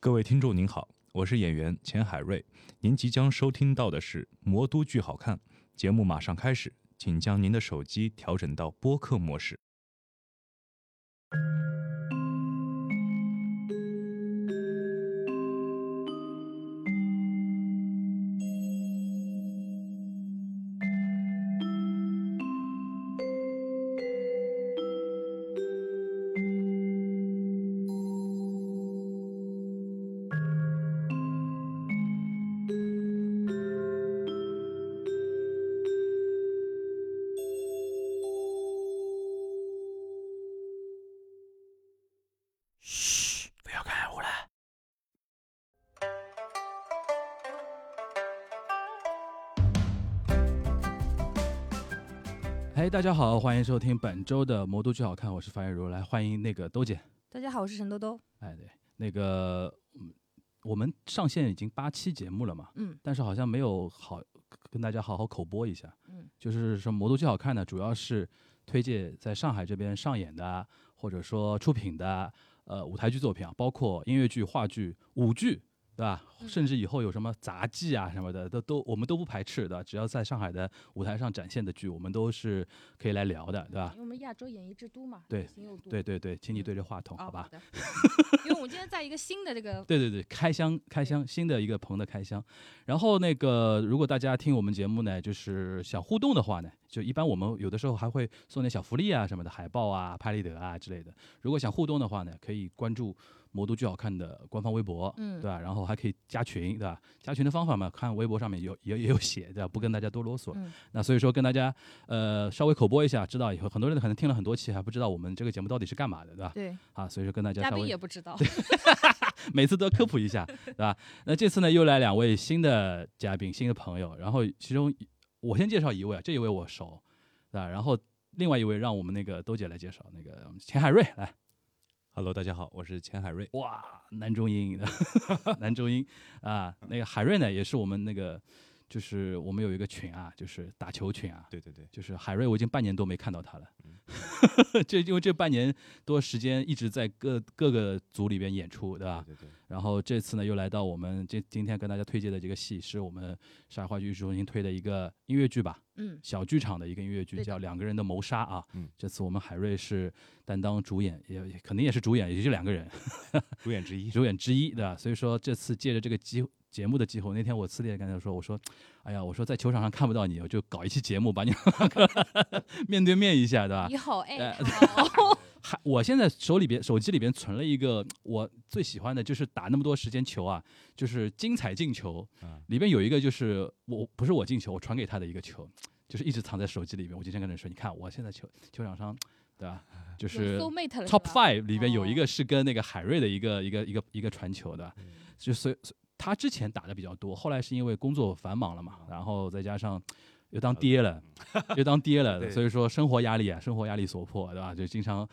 各位听众您好，我是演员钱海瑞，您即将收听到的是《魔都剧好看》节目，马上开始，请将您的手机调整到播客模式。嘘，不要看我了。哎，大家好，欢迎收听本周的《魔都剧好看》，我是樊月茹，来欢迎那个兜姐。大家好，我是陈兜兜。哎，对，那个，嗯，我们上线已经八期节目了嘛，嗯，但是好像没有好跟大家好好口播一下，嗯，就是说《魔都剧好看》呢，主要是推介在上海这边上演的啊，或者说出品的啊，呃，舞台剧作品啊，包括音乐剧、话剧、舞剧，对吧？嗯甚至以后有什么杂技啊什么的，都都我们都不排斥的，只要在上海的舞台上展现的剧，我们都是可以来聊的，对吧因？为我们亚洲演艺之都嘛，啊对行有度，对对对，请你对着话筒，哦，好吧？的。 因为我们今天在一个新的这个，对对对，开箱开箱，新的一个棚的开箱。然后那个，如果大家听我们节目呢，就是想互动的话呢，就一般我们有的时候还会送点小福利啊什么的，海报啊、拍立得啊之类的。如果想互动的话呢，可以关注“魔都剧好看”的官方微博，嗯对吧？然后还可以加群，对吧？加群的方法嘛，看微博上面有也也有写，对吧？不跟大家多啰嗦。嗯那所以说跟大家呃稍微口播一下，知道以后很多人可能听了很多期还不知道我们这个节目到底是干嘛的，对吧？对，啊，所以说跟大家嘉稍微宾也不知道，每次都要科普一下， 对吧？那这次呢，又来两位新的嘉宾、新的朋友，然后其中一我先介绍一位啊，这一位我熟，对吧？然后另外一位让我们那个兜姐来介绍，那个钱海瑞来， Hello，大家好，我是钱海瑞。哇，男中音， 男中音啊，那个海瑞呢，也是我们那个就是我们有一个群啊，就是打球群啊，对对对，就是海瑞，我已经半年多没看到他了。嗯 这因为这半年多时间一直在各各个组里边演出，对吧？对对，然后这次呢，又来到我们今今天跟大家推荐的这个戏，是我们上海话剧艺术中心推的一个音乐剧吧，嗯，小剧场的一个音乐剧，对的叫《两个人的谋杀》啊。嗯这次我们海瑞是担当主演，也也肯定也是主演，也就两个人， 主演之一。主演之一，对吧？所以说这次借着这个机节目的机会，那天我私底下跟他说，我说，哎呀，我说在球场上看不到你，我就搞一期节目，把你 面对面一下，对吧？你好，呃哎， 好，还我现在手里边手机里边存了一个我最喜欢的就是打那么多时间球啊，就是精彩进球嗯，里边有一个就是我不是我进球，我传给他的一个球，就是一直藏在手机里面。我经常跟人说，你看我现在球球场上，对吧？就有是 soul mate 了是 top 吧 five 里边有一哦个是跟那个海瑞的一个一个一个一个传球的，就所以所以他之前打的比较多，后来是因为工作繁忙了嘛，然后再加上又当爹了，又当爹了，对所以说生活压力啊，生活压力所迫，对吧？就经常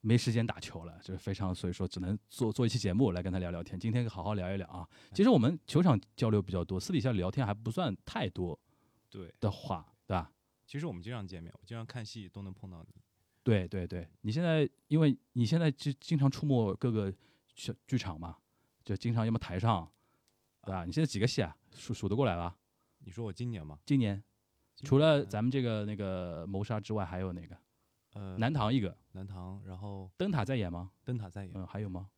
没时间打球了，就是非常，所以说只能做做一期节目来跟他聊聊天。今天好好聊一聊啊，其实我们球场交流比较多，私底下聊天还不算太多对，的话，对吧？其实我们经常见面，我经常看戏都能碰到你。对对对，你现在因为你现在就经常出没各个小剧场嘛，就经常要么台上，对吧？你现在几个戏啊？数数得过来吧？你说我今年吗？今年今除了年咱们这个那个谋杀之外，还有哪个？呃南唐一个，南唐，然后灯塔在演吗？灯塔在演，嗯，还有吗？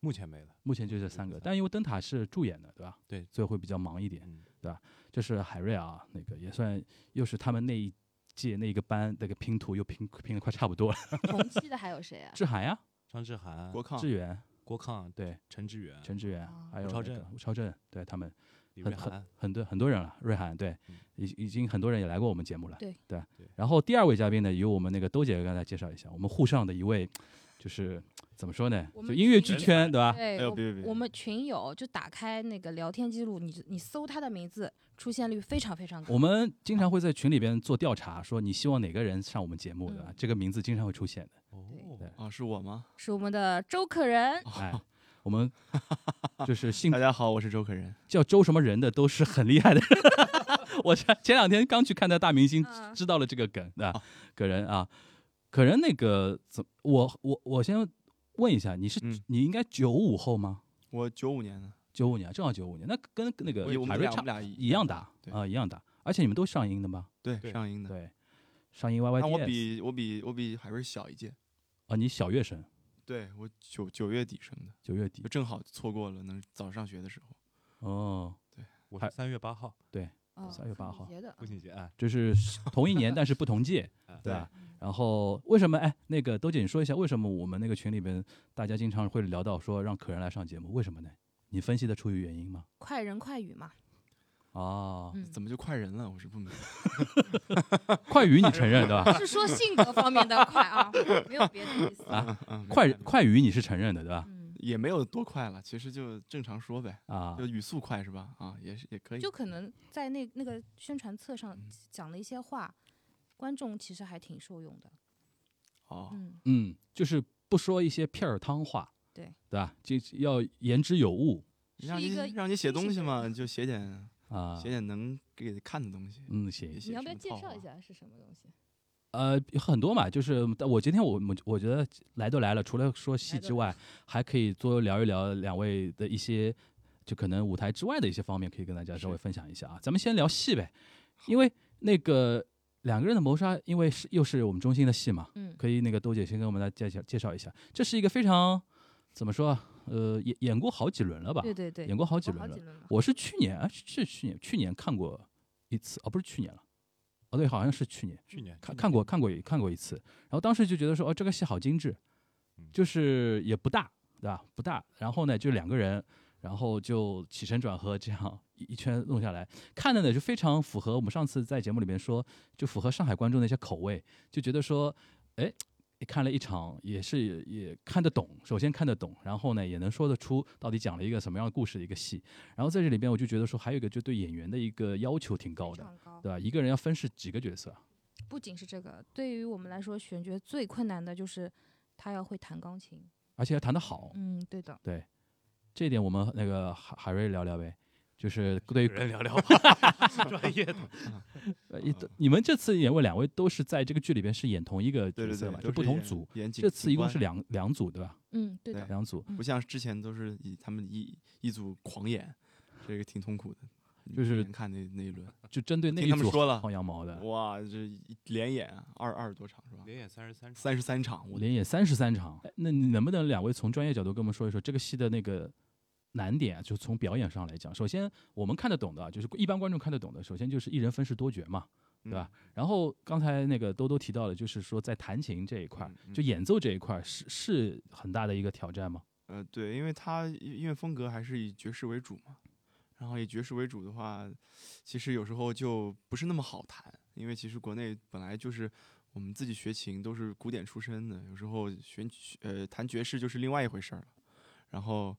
目前没了。目前就这三这个，三但因为灯塔是助演的，对吧？对所以会比较忙一点。嗯，这是海瑞啊，那个也算又是他们那一届那一个班那个拼图又拼拼的快差不多了。同期的还 有谁啊？志涵呀，张志涵、郭国抗志远，郭抗、对，陈志远、陈志远哦，还有啊吴超那个正吴超正，对他们李很瑞很涵，很多很多人了，瑞涵对嗯，已已经很多人也来过我们节目了，对对对。然后第二位嘉宾呢，由我们那个兜姐刚才介绍一下，我们沪上的一位，就是怎么说呢我，就们音乐群剧里圈对 吧？对，哎呦我别别别我们群友就打开那个聊天记录，你你搜他的名字，出现率非常非常高我。们经常会在群里边做调查，说你希望哪个人上我们节目，对吧嗯？这个名字经常会出现的。对哦，啊，是我吗？是我们的周可人，哎，我 们就是嗯姓大家好，我是周可人。叫周什么人的都是很厉害的人。 我前前两天刚去看他大明星，嗯知道了这个梗哦啊，可人啊，可人那个怎我我我先问一下，你是嗯你应该九五后吗？我九五年的，九五年，啊正好九五年，那跟跟那个我我海们瑞俩我差们俩一样大对啊，一样大，而且你们都上音的吗？对对上音的。对，上音 Y Y 那 D 我 S 比我比我比海瑞小一届，啊，你小月生，对我九九月底生的，九月底就正好错过了能早上学的时候。哦，我是三月八号哦3月8号很节的啊父亲节，哎，就是同一年，但是不同届，哎对吧？然后为什么？哎，那个兜姐，你说一下为什么我们那个群里边大家经常会聊到说让可人来上节目，为什么呢？你分析得出原因吗？快人快语嘛，哦，嗯，怎么就快人了？我是不明白。快语你承认 对吧？是说性格方面的 快啊，没有别的意思啊嗯，快明白快语你是承认的对吧？嗯，也没有多快了，其实就正常说呗，啊就语速快是吧？啊，也是也可以。就可能在那那个宣传册上嗯讲了一些话，观众其实还挺受用的，哦，嗯，嗯，就是不说一些片儿汤话，对对吧？就要言之有物让是一你个让你写清醒东西的嘛，人你就写点啊写。点能给看的东西。嗯，行别，写你要什不要么介套啊绍一话？下是什么东西？呃，很多嘛，就是但我今天我们我觉得来都来了，除了说戏来都之外，还可以多聊一聊两位的一些，就可能舞台之外的一些方面，可以跟大家稍微是分享一下啊。咱们先聊戏呗，因为那个两个人的谋杀，因为是又是我们中心的戏嘛，嗯，可以那个豆姐先跟我们来介绍介绍一下，这是一个非常怎么说啊，呃，演演过好几轮了吧？对对对，演过好几我轮了。了，我是去年啊，是去年去年看过一次，哦，不是去年了，哦对，好像是去年去年看看过看过一看过一次，然后当时就觉得说，哦，这个戏好精致，就是也不大，对吧？不大，然后呢，就两个人，然后就起承转合这样一一圈弄下来，看的呢就非常符合我们上次在节目里面说，就符合上海观众的一些口味，就觉得说，哎。看了一场，也是也看得懂，首先看得懂，然后呢也能说得出到底讲了一个什么样的故事的一个戏。然后在这里边，我就觉得说还有一个就对演员的一个要求挺高非的，常高。对吧？一个人要分饰几个角色啊？不仅是这个，对于我们来说，选角最困难的就是他要会弹钢哦琴。而且要弹得好，嗯，对的。这一点我们那个海海瑞聊聊呗，就是对于人聊聊吧，专业的。呃一嗯你们这次演过两位都是在这个剧里边是演同一个对角对色对嘛，，都就是不同演组。，演景这次一共观是两两组对吧？嗯，对的。对两组嗯不像之前都是以他们一一组狂演，这个挺痛苦的。你就是之前看那那一轮，就针对那听一他们组说了薅羊毛的，哇，这一连演啊二二十多场是吧？连演三十三场，三十三场，我的连演三十三场。哎那你能不能两位从专业角度跟我们说一说这个戏的那个难点啊？就从表演上来讲，首先我们看得懂的啊，就是一般观众看得懂的，首先就是一人分饰多角嘛，对吧？？然后刚才那个兜兜提到了，就是说在弹琴这一块儿，嗯嗯就演奏这一块儿是是很大的一个挑战吗？嗯呃，对，因为他音乐风格还是以爵士为主嘛，然后以爵士为主的话，其实有时候就不是那么好弹，因为其实国内本来就是。我们自己学琴都是古典出身的，有时候学呃弹爵士就是另外一回事儿了。然后，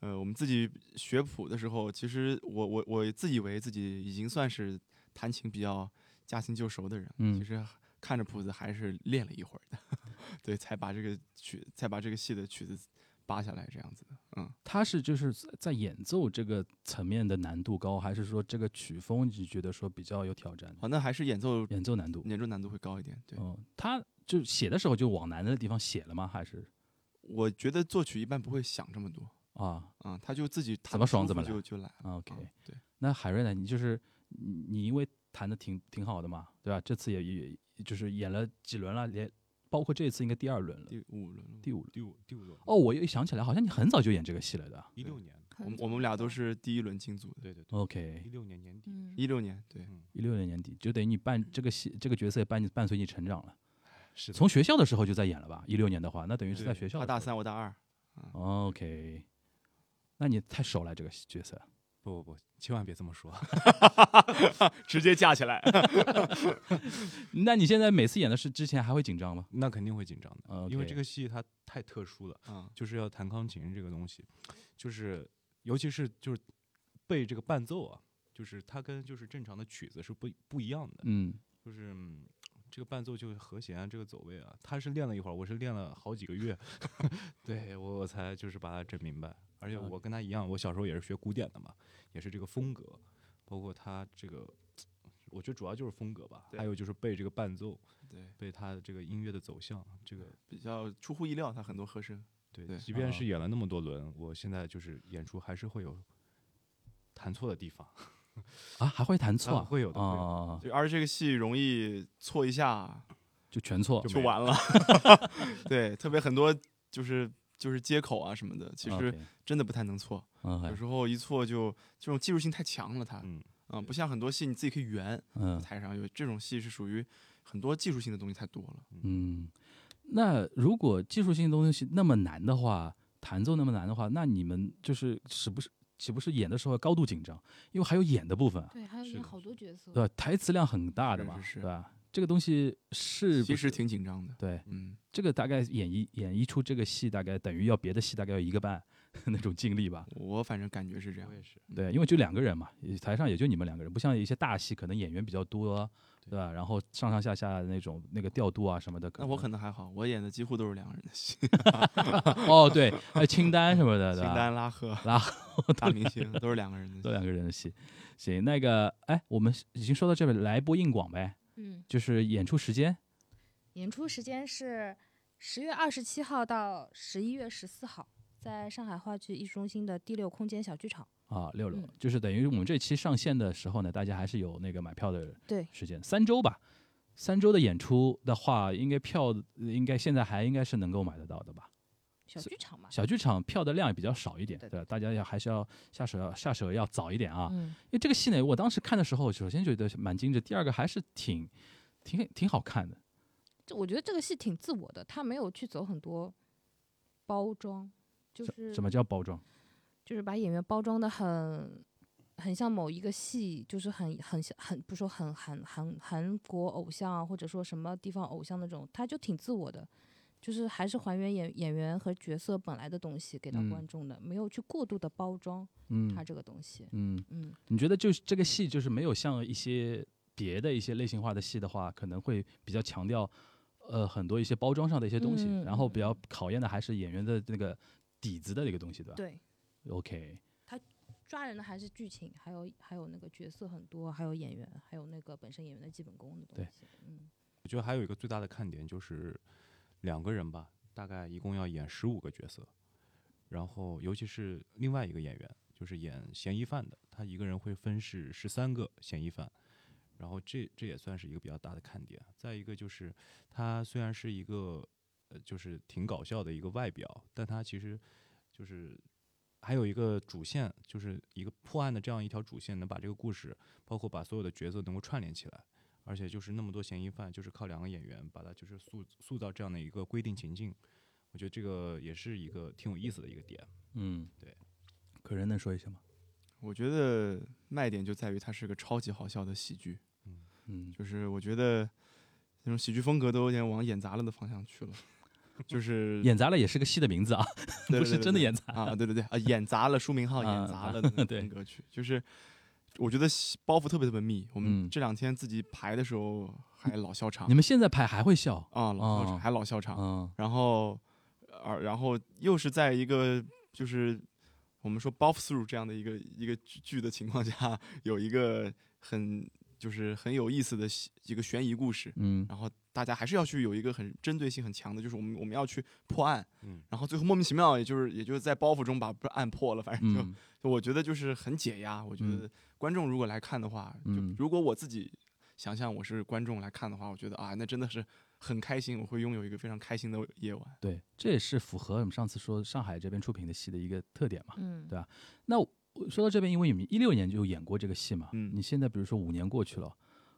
呃，我们自己学谱的时候，其实我我我自以为自己已经算是弹琴比较驾轻就熟的人了，嗯其实看着谱子还是练了一会儿的， 对，才把这个曲才把这个戏的曲子扒下来这样子的，嗯。他是就是在在演奏这个层面的难度高，还是说这个曲风你觉得说比较有挑战？好，那还是演奏演奏难度，演奏难度会高一点，嗯对。嗯，他就写的时候就往难的地方写了吗？还是我觉得作曲一般不会想这么多啊啊、他就自己弹怎得么爽舒怎服么来就就来了。啊？OK，、嗯对，那海瑞呢？你就是你你因为弹的挺挺好的嘛，对吧？这次也也就是演了几轮了，连包括这一次应该第二轮了，第五轮了，第五轮。第五第五轮，哦，我又想起来，好像你很早就演这个戏了的。啊一六年，嗯我们我们俩都，是第一轮进组的，对对对，哦一 OK，六年年底，嗯，一六年对，一六年年底就等于你嗯伴这个戏这个角色伴伴随你成长了。是的从学校的时候就在演了吧？一六年的话，那等于是在对学校他的大时候。三我大二， OK，那你太熟了这个角色。不不不，千万别这么说。直接架起来。那你现在每次演的是之前还会紧张吗？ 那肯定会紧张的，因为 OK 这个戏它太特殊了，嗯，就是要弹钢琴这个东西，就是尤其是就是背这个伴奏啊，就是它跟就是正常的曲子是不不一样的，嗯，就是。嗯这个伴奏就是和弦啊，这个走位啊，他是练了一会儿，我是练了好几个月， 对我我才就是把它整明白。而且我跟他一样，我小时候也是学古典的嘛，也是这个风格，包括他这个，我觉得主要就是风格吧，对还有就是背这个伴奏，对，背他的这个音乐的走向，这个比较出乎意料，他很多和声。对，对即便啊是演了那么多轮，我现在就是演出还是会有弹错的地方，啊，还会弹错啊啊？会有的会有的啊，就而且这个戏容易错一下就全错。就就没完了，对，特别很多就是就是接口啊什么的，其实真的不太能错，嗯有时候一错就这种技术性太强了它，啊、嗯，不像很多戏你自己可以圆，嗯台上有这种戏是属于很多技术性的东西太多了。嗯，那如果技术性的东西那么难的话，弹奏那么难的话，那你们就是是不是岂不是演的时候高度紧张？因为还有演的部分啊，对，还有是演的好多角色对，吧？台词量很大的是嘛，是是对吧？这个东西是其不实是挺紧张的。对，嗯，这个大概演绎演绎出这个戏，大概等于要别的戏大概要一个半 那种尽力吧。我反正感觉是这样我。也是，对，因为就两个人嘛，也台上也就你们两个人，不像一些大戏可能演员比较多，对吧？然后上上下下那种那个调度啊什么的，可那能我可能还好，我演的几乎都是两个人的戏，哦对，还有清单什么 的，秦对吧？丹、拉赫、拉大明星都是两个人的都戏。两个人的戏，行，那个哎，我们已经说到这边，来播硬广呗，嗯，就是演出时间演出时间是十月二十七号到十一月十四号，在上海话剧艺术中心的第六空间小剧场。啊，六楼，嗯就是等于我们这期上线的时候呢，大家还是有那个买票的对时间，三周吧，三周的演出的话，应该票呃应该现在还应该是能够买得到的吧？小剧场嘛，小剧场票的量也比较少一点，对对吧？大家要还是要下手要下手要早一点啊，嗯，因为这个戏呢，我当时看的时候，首先觉得蛮精致，第二个还是挺挺挺好看的，这我觉得这个戏挺自我的，他没有去走很多包装，就什是什么叫包装？就是把演员包装的很很像某一个戏，就是很很像很不说很韩韩韩国偶像啊，或者说什么地方偶像那种，他就挺自我的，就是还是还原演演员和角色本来的东西给到嗯观众的，没有去过度的包装嗯他这个东西。嗯。嗯，你觉得就是这个戏就是没有像一些别的一些类型化的戏的话，可能会比较强调呃很多一些包装上的一些东西，嗯然后嗯比较考验的还是演员的那个底子的一个东西，对吧？对， OK，抓人的还是剧情，还有还有那个角色很多，还有演员，还有那个本身演员的基本功的东对西。嗯，我觉得还有一个最大的看点就是两个人吧，大概一共要演十五个角色，然后尤其是另外一个演员，就是演嫌疑犯的，他一个人会分饰十三个嫌疑犯，然后这这也算是一个比较大的看点。再一个就是他虽然是一个呃，就是挺搞笑的一个外表，但他其实就是。还有一个主线，就是一个破案的这样一条主线，能把这个故事，包括把所有的角色能够串联起来。而且就是那么多嫌疑犯，就是靠两个演员把他就是塑塑造这样的一个规定情境，我觉得这个也是一个挺有意思的一个点。嗯，对。可人能说一下吗？我觉得卖点就在于它是个超级好笑的喜剧，嗯，就是我觉得那种喜剧风格都有点往演砸了的方向去了，就是演砸了也是个戏的名字啊， 对不对是对真的对演砸。啊，对对对啊，演砸了，书名号啊演砸 了的那对个风格去，就是我觉得喜包袱特别特别密。我嗯们这两天自己排的时候还老笑场你们现在拍还会笑？啊，老笑哦场还老笑场，嗯然后而、然后又是在一个就是我们说 buff through 这样的一个一个剧剧的情况下，有一个很就是很有意思的喜一个悬疑故事，嗯然后大家还是要去有一个很针对性很强的，就是我们我们要去破案，嗯，然后最后莫名其妙，也就是也就是在包袱中把案破了，反正就、嗯就我觉得就是很解压。我觉嗯得观众如果来看的话，嗯就如果我自己想象我是观众来看的话，我觉得啊，那真的是很开心，我会拥有一个非常开心的夜晚。对，这也是符合我们上次说上海这边出品的戏的一个特点嘛。嗯对啊那我说到这边，因为你们一六年就演过这个戏嘛，嗯你现在比如说五年过去了，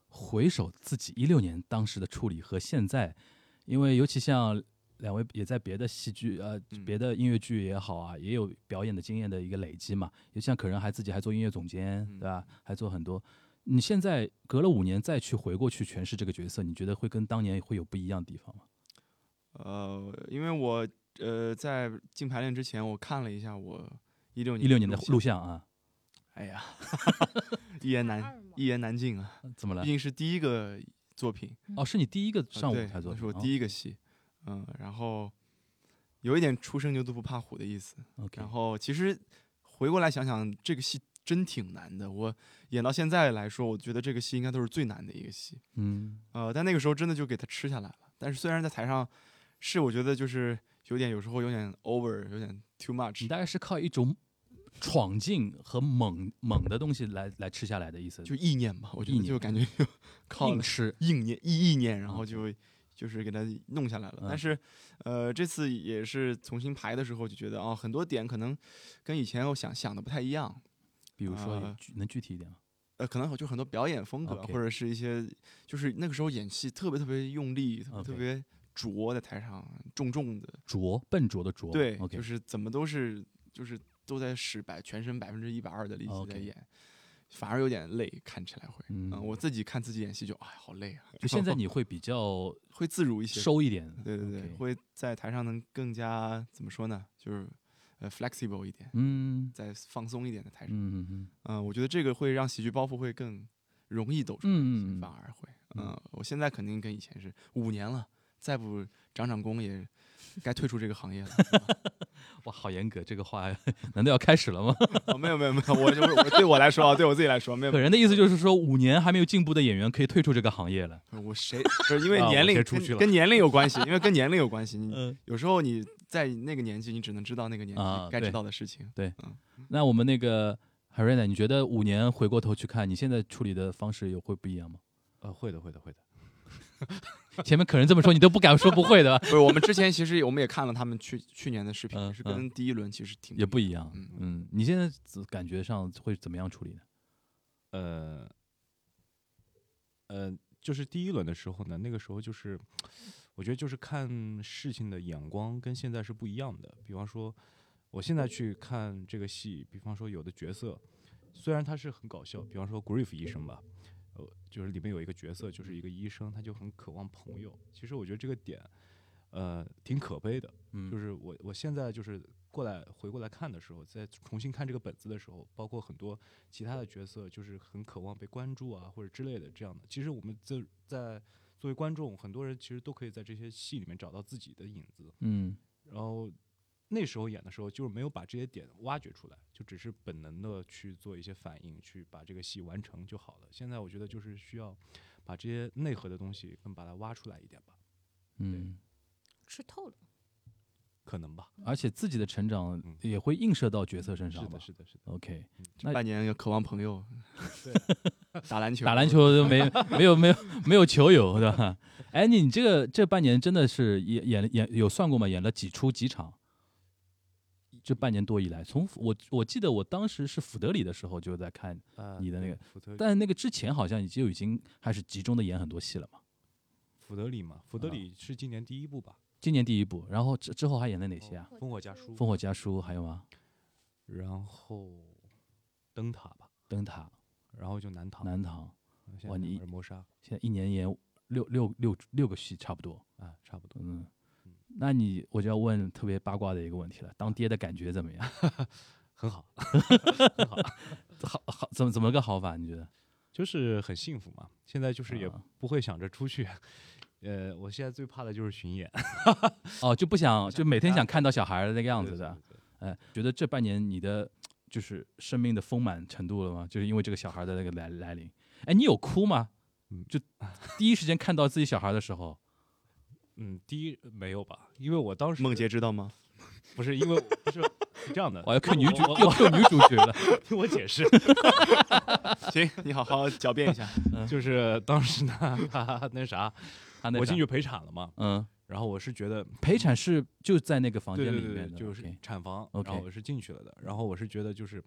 回首自己一六年当时的处理和现在，因为尤其像两位也在别的戏剧呃、嗯别的音乐剧也好啊，也有表演的经验的一个累积嘛，也像可人还自己还做音乐总监，嗯对吧？还做很多。你现在隔了五年再去回过去诠释这个角色，你觉得会跟当年会有不一样的地方吗？呃，因为我呃在进排练之前，我看了一下我一六年一六年的录像，像啊，哎呀，一言难一言难尽啊，呃怎么了毕？竟是第一个作品，哦，是你第一个啊上舞对台那做的，是我哦第一个戏，嗯，然后有一点初生牛犊不怕虎的意思。 OK 然后其实回过来想想，这个戏真挺难的。我演到现在来说，我觉得这个戏应该都是最难的一个戏。嗯呃，但那个时候真的就给它吃下来了。但是虽然在台上是我觉得就是有点有时候有点 over，有点 too 你 much。大概是靠一种闯劲和猛猛的东西来来吃下来的意思，就意念吧，我觉意得念就感觉就靠硬了吃。硬念意意念，然后 OK 就就是给它弄下来了。嗯但是，呃，这次也是重新排的时候就觉得啊、很多点可能跟以前我想想的不太一样。比如说有呃具，能具体一点吗？呃，可能就很多表演风格 OK 或者是一些，就是那个时候演戏特别特别用力，特别 OK 特别拙，在台上重重的，拙，笨拙的拙。对，OK，就是怎么都是就是都在使百全身百分之一百二的力气在 OK 演，反而有点累，看起来会。嗯嗯，我自己看自己演戏就哎，好累啊！就现在你会比较会自如一些，收一点。对对对， OK 会在台上能更加怎么说呢？就是呃 flexible 一点，嗯再放松一点的台嗯上。嗯嗯嗯、我觉得这个会让喜剧包袱会更容易抖出来一些，嗯嗯嗯反而会。嗯嗯、我现在肯定跟以前是五年了，再不长长功也该退出这个行业了。 是吧嗯，哇，好严格，这个话难道要开始了吗？哦，没有没有没有，我我我对我来说啊，对我自己来说没有本。人的意思就是说，五年还没有进步的演员可以退出这个行业了。我谁不是因为啊我年龄先出跟去了跟年龄有关系，因为跟年龄有关系。你嗯，有时候你在那个年纪，你只能知道那个年啊纪该知对道的事情。嗯那我们那个 h a r i n a 你觉得五年回过头去看，你现在处理的方式有会不一样吗？呃，会的，会的，会的。前面可能这么说，你都不敢说不会的吧，不是，我们之前其实我们也看了他们去去年的视频，嗯也是跟第一轮其实挺也不一一样。嗯嗯，你现在怎感觉上会怎么样处理呢？呃，呃，就是第一轮的时候呢，那个时候就是，我觉得就是看事情的眼光跟现在是不一样的。比方说，我现在去看这个戏，比方说有的角色，虽然他是很搞笑，比方说 Grief 医生吧，呃，就是里面有一个角色就是一个医生，他就很渴望朋友。其实我觉得这个点，呃，挺可悲的。嗯，就是我我现在就是过来回过来看的时候，再重新看这个本子的时候，包括很多其他的角色，就是很渴望被关注啊，或者之类的这样的。其实我们在在作为观众，很多人其实都可以在这些戏里面找到自己的影子。嗯然后那时候演的时候，就是没有把这些点挖掘出来，就只是本能的去做一些反应，去把这个戏完成就好了。现在我觉得就是需要把这些内核的东西更把它挖出来一点吧，嗯。吃透了。可能吧。而且自己的成长嗯也会映射到角色身是上吧的，。是的，是的。 OK，那样。半年要渴望朋友， 打篮球，打篮，球都 没没有没有没有球友，对吧？哎，你你这个这半年真的是演演演有算过吗？演了几出几场？这半年多以来，从我我记得我当时是福德里的时候就在看，呃你的那对个福特但那个之前好像就已经开始集中的演很多戏了嘛。福德里嘛，福德啊里是今年第一部吧，今年第一部，然后之之后还演了哪些啊？ 《烽火家书》，《烽火家书》还有吗？然后灯塔吧， 《灯塔》然后就南《唐，南唐》，现哇在你两个人谋杀现在一年演六六六六个戏差不多。啊，差不多。嗯嗯，那你我就要问特别八卦的一个问题了，当爹的感觉怎么样？ 嗯很好，好好怎么怎么个好法？你觉得？就是很幸福嘛。现在就是也啊不会想着出去，呃，我现在最怕的就是巡演，哦，就不想就每天想看到小孩儿的那个这样 子的。。哎，觉得这半年你的就是生命的丰满程度了吗？就是因为这个小孩儿的那个来来临。哎，你有哭吗嗯？就第一时间看到自己小孩儿的时 候，嗯，第一没有吧，因为我当时梦洁知道吗？ 不是因为不是是这样的，哦我要 Q 女主，我又 Q 女主角 了。听我解释，行，你好好狡辩一下。就是当时呢， 他那啥，她嗯那我啥进去，陪产了嘛，嗯，然后我是觉得陪产是就在那个房对间对里对对面的，就是，OK 产房。然 OK 后我是进去了的，然后我是觉得就是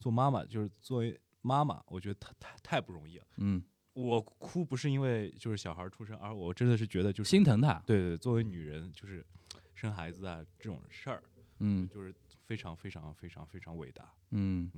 做妈妈，就是作为妈妈，我觉得太太太不容易了。嗯，我哭不是因为就是小孩儿出生，而我真的是觉得就是心疼她，对对对，作为女人就是生孩子啊这种事儿，嗯就是非常非常非常非常伟大。嗯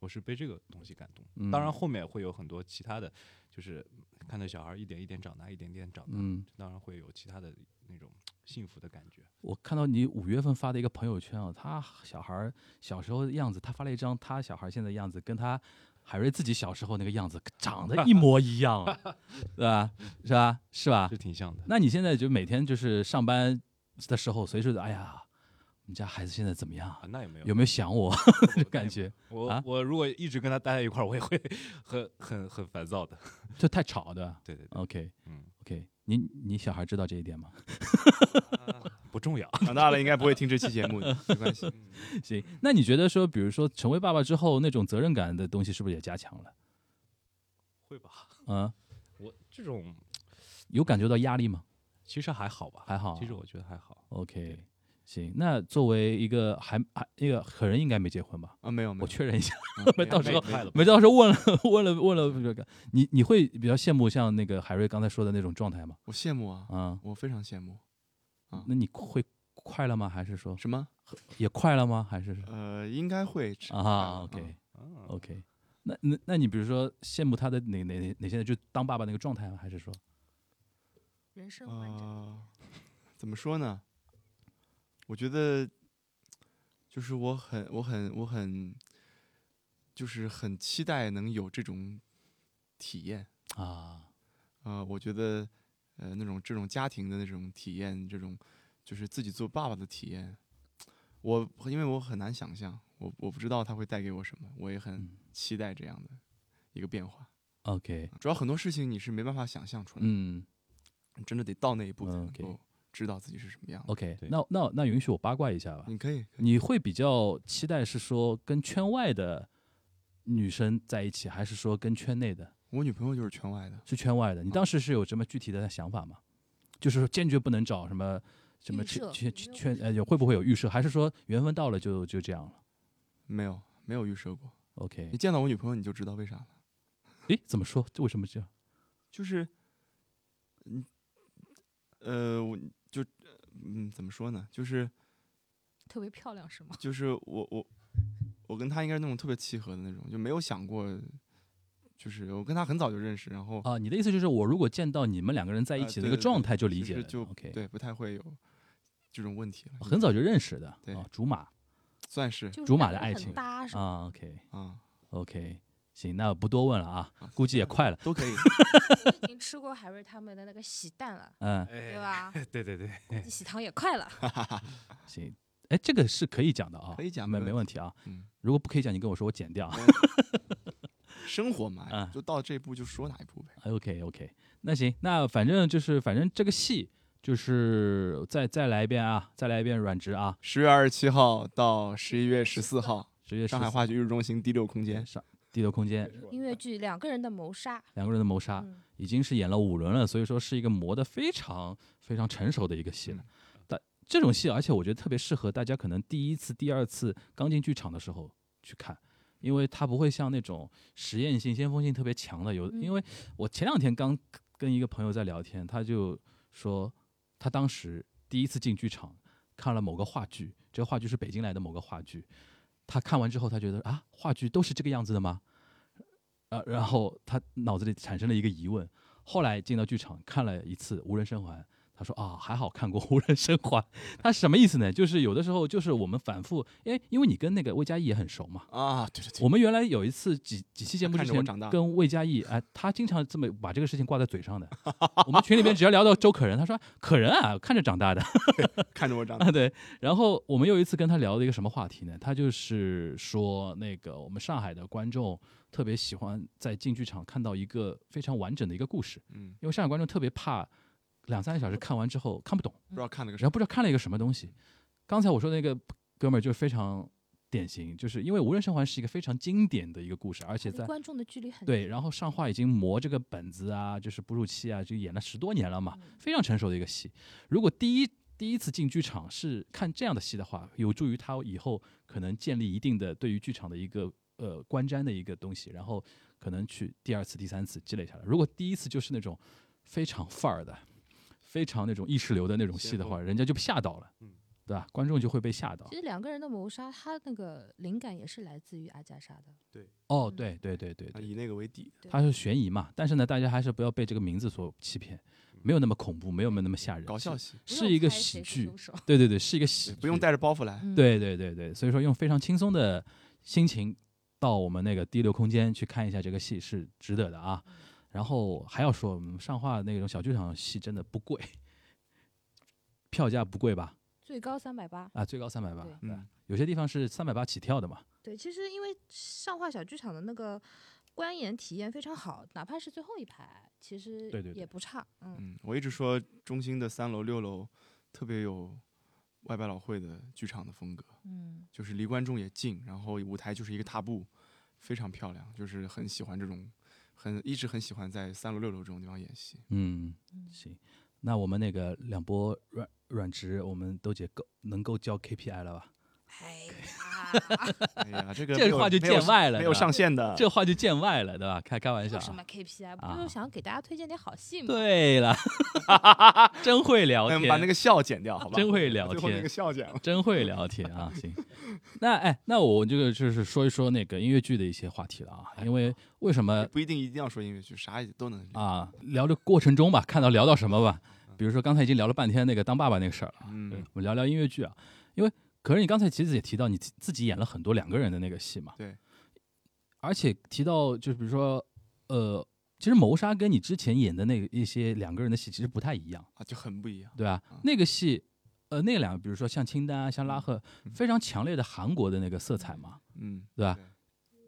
我是被这个东西感动。嗯当然后面会有很多其他的，就是看着小孩儿一点一点长大，一点点长大，嗯。当然会有其他的那种幸福的感觉。我看到你五月份发的一个朋友圈啊，他小孩儿小时候的样子，他发了一张他小孩儿现在的样子，跟他海瑞自己小时候那个样子长得一模一样啊， 对吧？是吧？是吧是？挺像的，那你现在就每天就是上班的时候，随时的，哎呀，我们家孩子现在怎么样啊啊？那也没有有没有想我？有感觉我、啊我如果一直跟他待在一块儿，我也会 很很很烦躁的。这太吵的。对对对， OK 嗯， OK，你你小孩知道这一点吗？啊不重要。长大了应该不会听这期节目的，没关系。 行，那你觉得说，比如说成为爸爸之后，那种责任感的东西是不是也加强了？会吧？嗯，我这种有感觉到压力吗其实还好吧，还好啊其实我觉得还好。 ？OK，行，那作为一个还还那个可人应该没结婚吧？啊，没有没我有，确认一下， 嗯没有到时候没有没有没到时候问了 问了问了这个，你你会比较羡慕像那个海瑞刚才说的那种状态吗？我羡慕啊，啊、我非常羡慕。啊那你会快乐吗？还是说什么？也快乐吗？还是呃，应该会吃啊快乐？OK 嗯， OK，那那那你比如说羡慕他的哪哪哪哪些就当爸爸那个状态吗？还是说人生完整。哦呃，怎么说呢？我觉得就是我很我很我很就是很期待能有这种体验。啊啊，我觉得呃那种这种家庭的那种体验，这种就是自己做爸爸的体验，我因为我很难想象，我我不知道它会带给我什么，我也很嗯期待这样的一个变化。 ？OK，主要很多事情你是没办法想象出来的，嗯。你真的得到那一步才能 OK 够知道自己是什么样的。 OK，对那那那允许我八卦一下吧。你可以，可以你会比较期待是说跟圈外的女生在一起，还是说跟圈内的？我女朋友就是圈外的，是圈外的。你当时是有什么具体的想法吗？就是说坚决不能找什么什么预设圈圈有没有圈预设呃，有会不会有预设？还是说缘分到了就就这样了没有没有预设过。 ？OK，你见到我女朋友你就知道为啥了，诶，怎么说？这为什么这样？就是，嗯，呃，我就嗯怎么说呢，就是。特别漂亮是 吗？就是我我我跟他应该是那种特别契合的那种，就没有想过，就是我跟他很早就认识，然后啊，你的意思就是我如果见到你们两个人在一呃起的对那个对对状态就其理解实了。就 OK，对不太会有这种问题了，很早就认识的对啊，竹马算是就是竹马两的个爱很情搭是吗？啊。OK 啊， OK，行，那不多问了啊，啊估计也快了。都 可以。我 已经吃过海瑞他们的那个喜蛋了，嗯，哎对？吧？对对对，喜糖也 快了，行，哎，这个是可以讲的啊，可以讲没没没问问题啊。嗯，如果不可以讲，你跟我说，我剪掉。生活嘛，啊就到这一步就说哪一步呗。 OK OK，那行，那反正就是反正这个戏就是再再来一遍啊，再来一遍软直啊，十月二十七号到十一月十四号，直接上海话剧日中心第六空间。上地球空间音乐剧《两个人的谋杀》两个人的谋杀嗯，已经是演了五轮了，所以说是一个磨得非常非常成熟的一个戏了。但这种戏，而且我觉得特别适合大家可能第一次、第二次刚进剧场的时候去看，因为它不会像那种实验性、先锋性特别强的。有，嗯因为我前两天刚跟一个朋友在聊天，他就说他当时第一次进剧场看了某个话剧，这个话剧是北京来的某个话剧，他看完之后他觉得啊，话剧都是这个样子的吗？呃，然后他脑子里产生了一个疑问，后来进到剧场看了一次《无人生还》，他说啊，还好看过《无人生还》，他什么意思呢？就是有的时候就是我们反复，因为因为你跟那个魏佳艺也很熟嘛，啊，对对对，我们原来有一次几几期节目他之看着我前长大跟魏佳艺，哎，他经常这么把这个事情挂在 嘴上的。我们群里边只要聊到周可人，他说可人啊，看着长大的看着我长大啊，对。然后我们有一次跟他聊的一个什么话题呢？他就是说那个我们上海的观众特别喜欢在进剧场看到一个非常完整的一个故事，嗯，因为上海观众特别怕两三个小时看完之后看不懂。不知道看了个然啥后。不知道看了一个什么东西。刚才我说的那个哥们儿就非常典型，就是因为《无人生还》是一个非常经典的一个故事，而且离在观众的距离很对，然后上画已经磨这个本子啊，就是哺乳期啊，就演了十多年了嗯嘛，非常成熟的一个戏。如果第一第一次进剧场是看这样的戏的话，有助于他以后可能建立一定的对于剧场的一个呃观瞻的一个东西，然后可能去第二次、第三次积累下来。如果第一次就是那种非常范儿的、非常那种意识流的那种戏的话，人家就吓到了，嗯对吧？观众就会被吓到其。实两个人的谋杀，他那个灵感也是来自于阿加莎的。哦，嗯对对对对啊对，以那个为底，对它是悬疑嘛，但是呢，大家还是不要被这个名字所欺骗，没有那么恐怖，没有那么吓人，嗯搞笑戏，是不用是一个猜喜谁是剧凶，手 对对对，是一个喜对剧，不用带着包袱来。嗯对对对对，所以说用非常轻松的心情到我们那个第六空间去看一下这个戏是值得的嗯啊。然后还要说，嗯上画那种小剧场戏真的不贵， 票价不贵吧？最高三百八。啊，最高三百八，对对嗯，有些地方是三百八起跳的嘛。对，其实因为上画小剧场的那个观演体验非常好，哪怕是最后一排，其实对对对也不差。嗯，嗯，我一直说中心的三楼、六楼特别有外百老汇的剧场的风格，嗯就是离观众也近，然后舞台就是一个踏步，非常漂亮，就是很喜欢这种，很一直很喜欢在三楼六楼这种地方演戏。嗯，行，那我们那个两波软软职，我们都解够能够交 KPI 了吧？哎呀， 哎呀，这个没这有话就没有见外了，没对有吧上限的，这话就见外了，对吧？开开玩笑有啊。什么 KPI？啊不就是想给大家推荐点好戏吗？对 了，真会聊嗯天，把那个笑剪掉，好吧？真会聊最后那天个笑剪了。 真会聊天啊！行，那哎，那我这个就是说一说那个音乐剧的一些话题了啊，因为为什么也不一定一定要说音乐剧，啥也都能聊。啊？聊的过程中吧，看到聊到什么吧，比如说刚才已经聊了半天那个当爸爸那个事儿了，对嗯，我们聊聊音乐剧啊，因为可是你刚才其实也提到你自自己演了很多两个人的那个戏嘛，对，而且提到就是比如说呃，其实谋杀跟你之前演的那个一些两个人的戏其实不太一样。啊，就很不一样。对吧嗯？那个戏，呃，那两个，比如说像清单啊，像拉赫，嗯非常强烈的韩国的那个色彩嘛，嗯，对吧？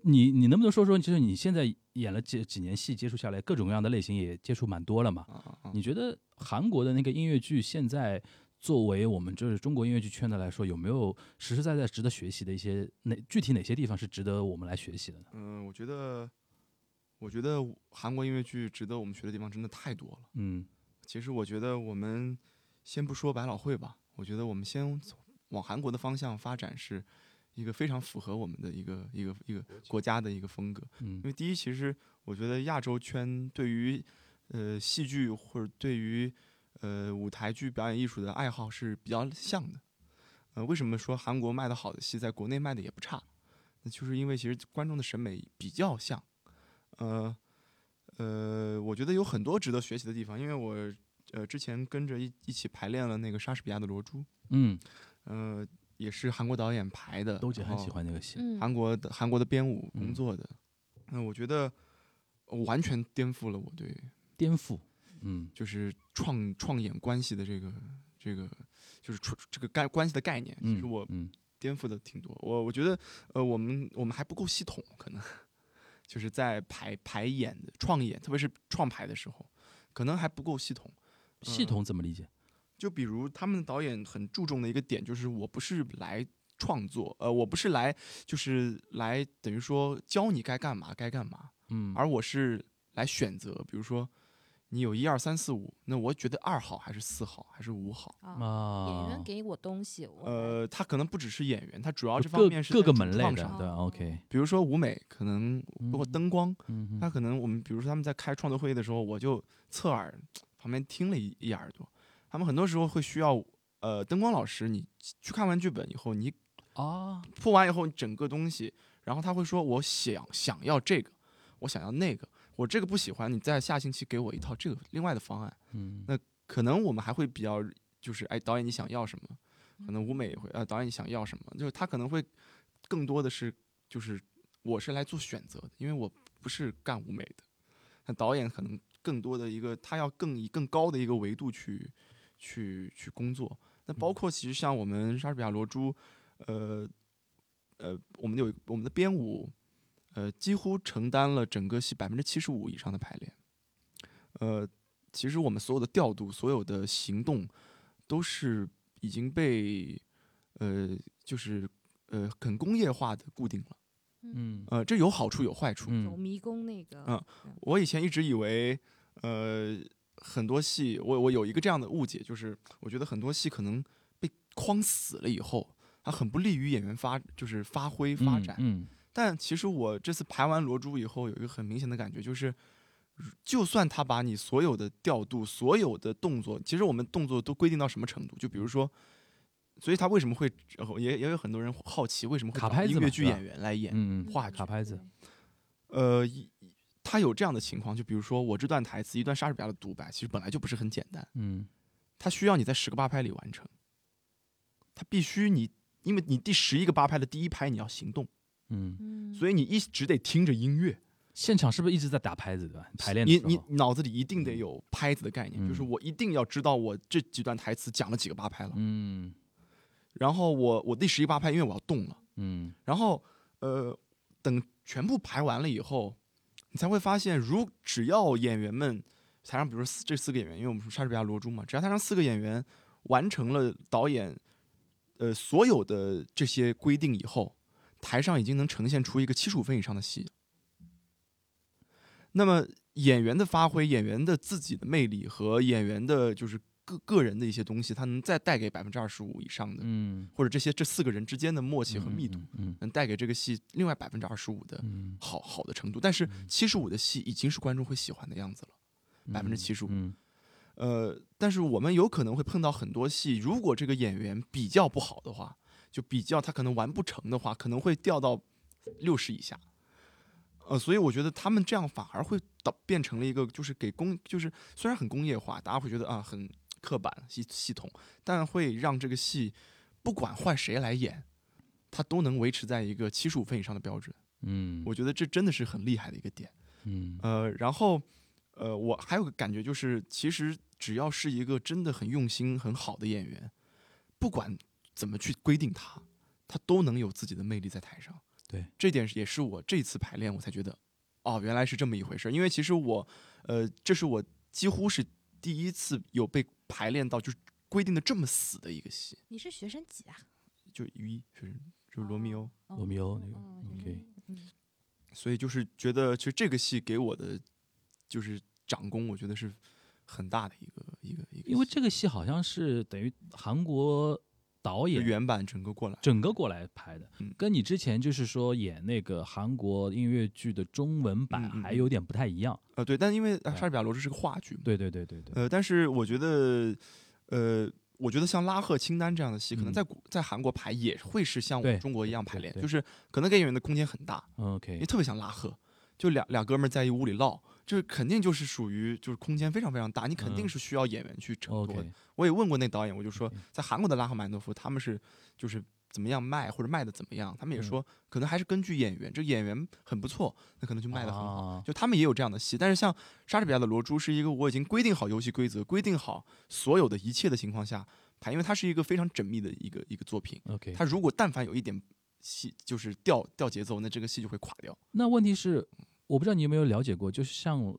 你你能不能说说，就是你现在演了几几年戏，接触下来各种各样的类型也接触蛮多了嘛？啊啊啊！你觉得韩国的那个音乐剧现在作为我们就是中国音乐剧圈的来说，有没有实实在在值得学习的一些哪具体哪些地方是值得我们来学习的呢？嗯，我觉得，我觉得韩国音乐剧值得我们学的地方真的太多了。嗯其实我觉得我们先不说百老汇吧，我觉得我们先往韩国的方向发展是一个非常符合我们的一个一个一个国家的一个风格。嗯因为第一，其实我觉得亚洲圈对于呃戏剧或者对于呃舞台剧表演艺术的爱好是比较像的。呃，为什么说韩国卖的好的戏在国内卖的也不差？那就是因为其实观众的审美比较像。呃呃，我觉得有很多值得学习的地方，因为我呃之前跟着一一起排练了那个莎士比亚的《罗珠》，嗯，呃，也是韩国导演排的，都姐然很后喜欢那个戏，嗯，韩国的韩国的编舞嗯工作的，嗯，我觉得呃完全颠覆了我对颠覆，嗯就是创创演关系的这个这个就是创这个概关系的概念，嗯，其实我嗯颠覆的挺多。我我觉得呃我们我们还不够系统，可能 就是在排排演的创演，特别是创排的时候，可能还不够系统。系统怎么理解？就比如他们导演很注重的一个点，就是我不是来创作，呃，我不是来就是来等于说教你该干嘛该干嘛，嗯，而我是来选择，比如说你有一二三四五，那我觉得二好还是四好还是五好？啊，演啊员，给我东西，我来呃，他可能不只是演员，他主要就这方面是各在各个主门类创的上，对吧，OK，比如说舞美，可能包括嗯灯光，嗯他哼可能我们比如说他们在开创作会议的时候，我就侧耳旁边听了一一耳朵。他们很多时候会需要呃灯光老师，你去看完剧本以后，你啊，铺完以后你整个东西，然后他会说我想想要这个，我想要那个，我这个不喜欢，你在下星期给我一套这个另外的方案。嗯那可能我们还会比较就是哎导演你想要什么，可能舞美也会呃导演你想要什么，就是他可能会更多的是就是我是来做选择的，因为我不是干舞美的，那导演可能更多的一个他要更以更高的一个维度去去去工作。那包括其实像我们莎士比亚罗珠，呃呃，我们有我们的编舞，呃，几乎承担了整个戏百分之七十五以上的排练，呃，其实我们所有的调度、所有的行动，都是已经被呃，就是呃，很工业化的固定了。嗯呃，这有好处有坏处。走嗯迷宫那个，嗯我以前一直以为，呃，很多戏，我我有一个这样的误解，就是我觉得很多戏可能被框死了以后，它很不利于演员发，就是发挥发展。嗯但其实我这次排完《罗珠》以后，有一个很明显的感觉，就是，就算他把你所有的调度、所有的动作，其实我们动作都规定到什么程度？就比如说，所以他为什么会呃也也有很多人好奇，为什么会卡找拍子音嘛乐对剧吧演员来演？嗯嗯话卡拍子，呃，一他有这样的情况，就比如说我这段台词，一段莎士比亚的独白，其实本来就不是很简单，嗯它需要你在十个八拍里完成，它必须你，因为你第十一个八拍的第一拍你要行动，嗯，嗯，所以你一直得听着音乐。现场是不是一直在打拍子对吧？排练的你时你候脑子里一定得有拍子的概念，就是嗯我一定要知道我这几段台词讲了几个八拍了，嗯然后我我第十一八拍，因为我要动了，嗯然后呃，等全部排完了以后，你才会发现，如只要演员们台上，比如说四这四个演员，因为我们说莎士比亚罗珠嘛，只要台上四个演员完成了导演呃所有的这些规定以后，台上已经能呈现出一个七十五分以上的戏。那么演员的发挥、演员的自己的魅力和演员的就是个个人的一些东西，他能再带给百分之二十五以上的，嗯，或者这些这四个人之间的默契和密度，嗯，能带给这个戏另外百分之二十五的嗯好好的程度。但是嗯七十五的戏已经是观众会喜欢的样子了。嗯， 75%嗯呃，但是我们有可能会碰到很多戏，如果这个演员比较不好的话，就比较他可能完不成的话，可能会掉到六十以下。呃，所以我觉得他们这样反而会导变成了一个，就是给工，就是虽然很工业化，大家会觉得啊很刻板系系统，但会让这个戏不管换谁来演，他都能维持在一个七十五分以上的标准。嗯，我觉得这真的是很厉害的一个点。嗯呃，然后，呃，我还有个感觉就是，其实只要是一个真的很用心、很好的演员，不管怎么去规定他，他都能有自己的魅力在台上。对，这点也是我这次排练我才觉得，哦，原来是这么一回事儿。因为其实我，呃，这是我几乎是第一次有被排练到就是规定的这么死的一个戏，你是学生几啊？就一是就是罗密欧。罗密欧那个哦嗯学生，OK 一嗯所以就是觉得，其实这个戏给我的就是长功，我觉得是很大的一个一个一个戏，因为这个戏好像是等于韩国导就演原版整个过来，整个过来拍的嗯，跟你之前就是说演那个韩国音乐剧的中文版嗯嗯嗯还有点不太一样。呃，对，但因为呃哎莎士比亚罗这是个话剧嘛，对对对对对，呃，但是我觉得，呃，我觉得像《拉赫清单》这样的戏，可能嗯在国在韩国排也会是像我们对中国一样排对练，对就是可能给演员的空间很大，嗯因 OK，为特别像拉赫，就俩俩哥们儿在一屋里唠，就是肯定就是属于就是空间非常非常大，你肯定嗯是需要演员去承托的。 OK，我也问过那导演，我就说 OK 在韩国的拉赫曼多夫他们是就是怎么样卖或者卖的怎么样，他们也嗯说可能还是根据演员，这个演员很不错，那可能就卖的很好。好，就他们也有这样的戏，但是像莎士比亚的《罗珠》是一个我已经规定好游戏规则、规定好所有的一切的情况下拍，因为它是一个非常缜密的一个一个作品， OK，它如果但凡有一点戏就是掉掉节奏，那这个戏就会垮掉。那问题是，我不知道你有没有了解过，就是像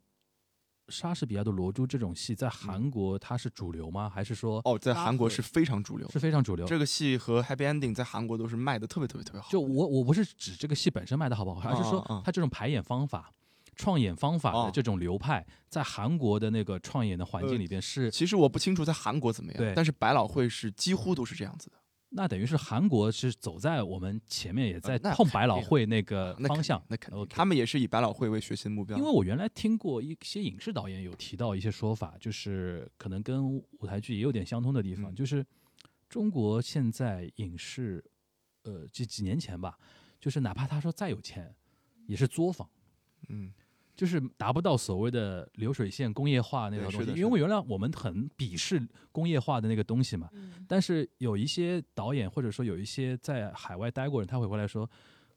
莎士比亚的《罗珠》这种戏，在韩国它是主流吗？还是说嗯哦，在拉韩国赫是非常主流的，是非常主流？这个戏和 Happy Ending 在韩国都是卖的特别特别特别好。就我我不是指这个戏本身卖的好不好，而是啊啊啊说它这种排演方法、创演方法哦呃的这种流派，在韩国的那个创演的环境里边是，其实我不清楚在韩国怎么样对，但是百老汇是几乎都是这样子的。那等于是韩国是走在我们前面，也在呃那碰肯百老定汇那个那肯方向定。那肯定， OK 他们也是以百老汇为学习目标。因为我原来听过一些影视导演有提到一些说法，就是可能跟舞台剧也有点相通的地嗯方，就是中国现在影视，呃，几几年前吧，就是哪怕他说再有钱，也是作坊，嗯，就是达不到所谓的流水线工业化那对种是东西。的是因的为原来我们很鄙视工业化的那个东西嘛，嗯但是有一些导演或者说有一些在海外待过的人，他会回来说，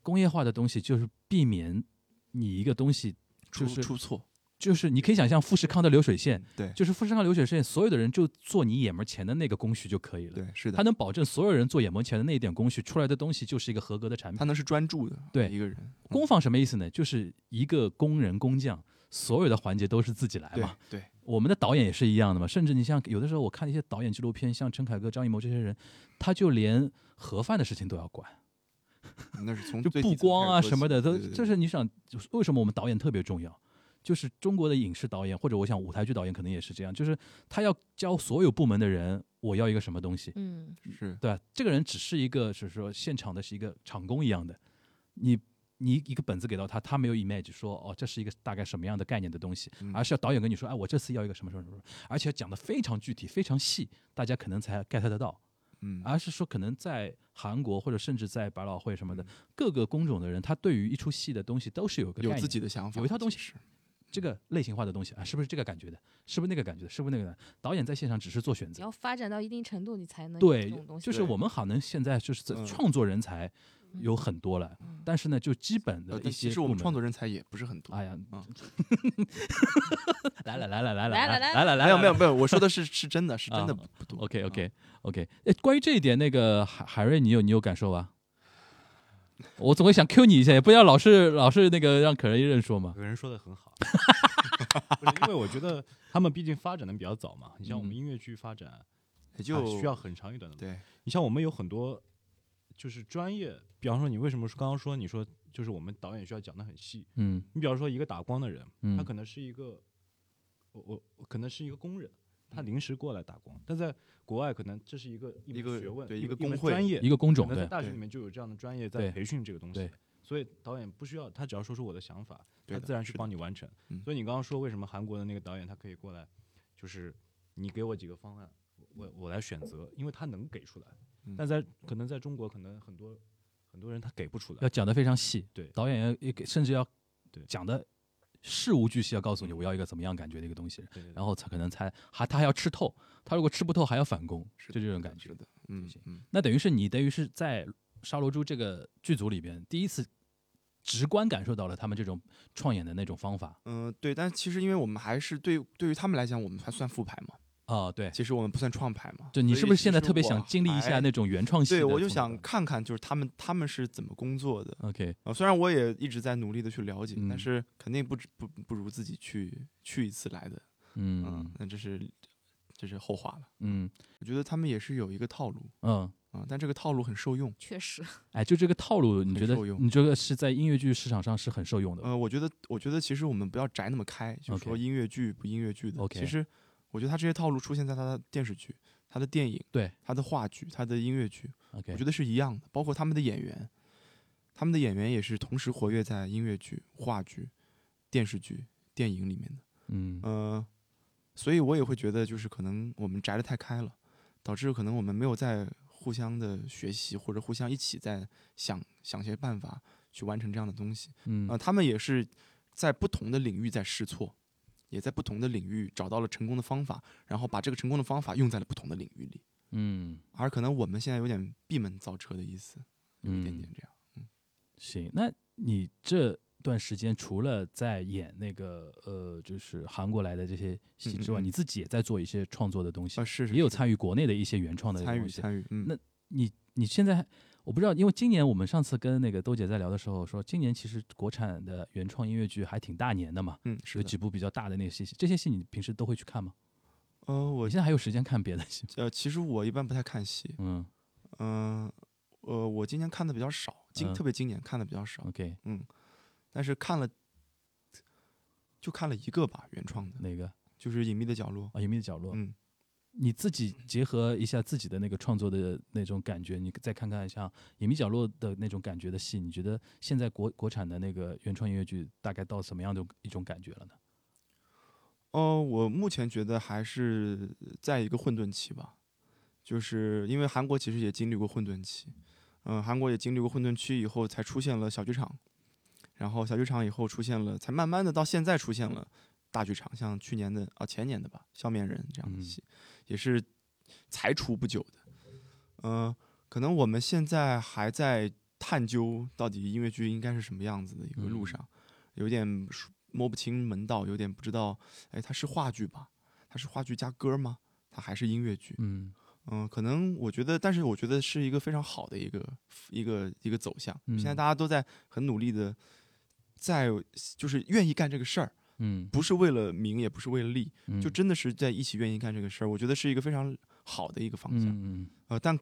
工业化的东西就是避免你一个东西。出就是出错，就是你可以想象富士康的流水线，对就是富士康流水线，所有的人就做你眼门前的那个工序就可以了。对，是他的，能保证所有人做眼门前的那一点工序，出来的东西就是一个合格的产他品。能是专注的，对一个人嗯工坊什么意思呢？就是一个工人工匠，所有的环节都是自己来对嘛。对，我们的导演也是一样的嘛，甚至你像有的时候我看一些导演纪录片，像陈凯歌、张艺谋这些人，他就连盒饭的事情都要管，那是从嗯就最布底层光开始做啊什么起的都，对对对这是你想，就是为什么我们导演特别重要？就是中国的影视导演，或者我想舞台剧导演可能也是这样，就是他要教所有部门的人，我要一个什么东西，嗯，是对吧？这个人只是一个，就是说现场的是一个场工一样的，你你一个本子给到他，他没有 image 说哦，这是一个大概什么样的概念的东西，嗯而是要导演跟你说，哎，我这次要一个什么什么什么，而且要讲的非常具体、非常细，大家可能才 get 得到。嗯而是说可能在韩国或者甚至在百老汇什么嗯的、各个工种的人，他对于一出戏的东西都是有个概有念自己的想法，有一套东西是这个类型化的东西啊，是不是这个感觉的？是不是那个感觉的？是不是那个的？导演在现场只是做选你择要，发展到一定程度，你才能有这对种东，西。就是我们可能现在就是在嗯创作人才有很多了，嗯但是呢，就基本呃的一但些其实我们部门创。作人才也不是很多。哎呀嗯， 来了来了来了啊来了来了来没有了没嗯有没有，我说的是是真的，是真的啊不不多。 ，OK OK OK。哎，关于这一点，那个海海瑞，你有你有感受吧？我总会想 Q 你一下，也不要老是老是那个让可人一认说嘛有。个人说的很好，不是因为我觉得他们毕竟发展的比较早嘛。你像我们嗯音乐剧发展，也啊就需要很长一段的。对你像我们有很多就是专业，比方说你为什么说刚刚说你说就是我们导演需要讲的很细，嗯你比方说一个打光的人，嗯，他可能是一个，我我我可能是一个工人，他临时过来打工，但在国外可能这是一个一嗯一个门学问，对一一个门工会专业，一个工可种能在对，大学里对面就有这样的专业在对培训这个东西对，所以导演不需要他只要说出我的想法，对他的自然去是的帮你完成嗯。所以你刚刚说为什么韩国的那个导演他可以过来，就是你给我几个方案，我我来选择，因为他能给出来嗯。但在可能在中国，可能很多很多人他给不出要来。讲的非常细，对导演要也给甚至要对讲的事无巨细，要告诉你我要一个怎么样感觉的一个东西，对对对然后才可能才还他还要吃透，他如果吃不透还要反攻，是就这种感觉是。的，嗯行嗯，那等于是你等于是在《沙罗珠》这个剧组里边第一次直观感受到了他们这种创演的那种方法嗯、对，但其实因为我们还是对对于他们来讲，我们还算复牌嘛，啊、对，其实我们不算创牌嘛。就你所是以不是其现在实特别我想经历一下还那种原创性对，的我就风格想看看，就是他们他们是怎么工作的。 ，OK，啊，虽然我也一直在努力的去了解，嗯但是肯定不止不不如自己去去一次来的。嗯嗯，那这是这是后话了。嗯我觉得他们也是有一个套路嗯，啊、但这个套路很受用。确实，哎，就这个套路，你很觉得受用你这个是在音乐剧市场上是很受用的呃，我觉得我觉得其实我们不要宅那么开，就是说 OK 音乐剧不音乐剧的。 OK 其实我觉得他这些套路出现在他的电视剧、他的电影、对他的话剧、他的音乐剧， ，OK，我觉得是一样的。包括他们的演员，他们的演员也是同时活跃在音乐剧、话剧、电视剧、电影里面的。嗯呃，所以我也会觉得，就是可能我们宅得太开了，导致可能我们没有在互相的学习，或者互相一起在想想些办法去完成这样的东西。嗯啊，他们也是在不同的领域在试错，也在不同的领域找到了成功的方法，然后把这个成功的方法用在了不同的领域里。嗯而可能我们现在有点闭门造车的意思，有一点嗯点这样。行，那你这段时间除了在演那个呃，就是韩国来的这些戏之外，嗯嗯嗯你自己也在做一些创作的东西，啊，是是也有是参与国内的一些原创的参东与西。参与，嗯，那你你现在我不知道，因为今年我们上次跟那个豆姐在聊的时候说，今年其实国产的原创音乐剧还挺大年的嘛，嗯是有的几部比较大的那个戏，这些戏你平时都会去看吗？呃，你我现在还有时间看别的戏吗？呃，其实我一般不太看戏，嗯嗯、呃，我今年看的比较少，今、嗯特别今年看的比较少， ，OK，但是看了就看了一个吧，原创的，哪个哦啊？就是《隐秘的角落》。隐秘的角落。嗯，你自己结合一下自己的那个创作的那种感觉，你再看看像《隐秘角落》的那种感觉的戏，你觉得现在国国产的那个原创音乐剧大概到什么样的一种感觉了呢？哦，我目前觉得还是在一个混沌期吧，就是因为韩国其实也经历过混沌期，嗯、韩国也经历过混沌期以后，才出现了小剧场，然后小剧场以后出现了，才慢慢的到现在出现了大剧场，像去年的啊前年的吧，《笑面人》这样嗯的戏，也是才出不久的，嗯、可能我们现在还在探究到底音乐剧应该是什么样子的一个路嗯上，有点说摸不清门道，有点不知道，哎，它是话剧吧？它是话剧加歌吗？它还是音乐剧？嗯嗯，可能我觉得，但是我觉得是一个非常好的一个一个一个走向。现在嗯大家都在很努力的，在就是愿意干这个事儿，嗯，不是为了名，也不是为了利，就嗯真的是在一起愿意干这个事儿。我觉得是一个非常好的一个方向。嗯呃，但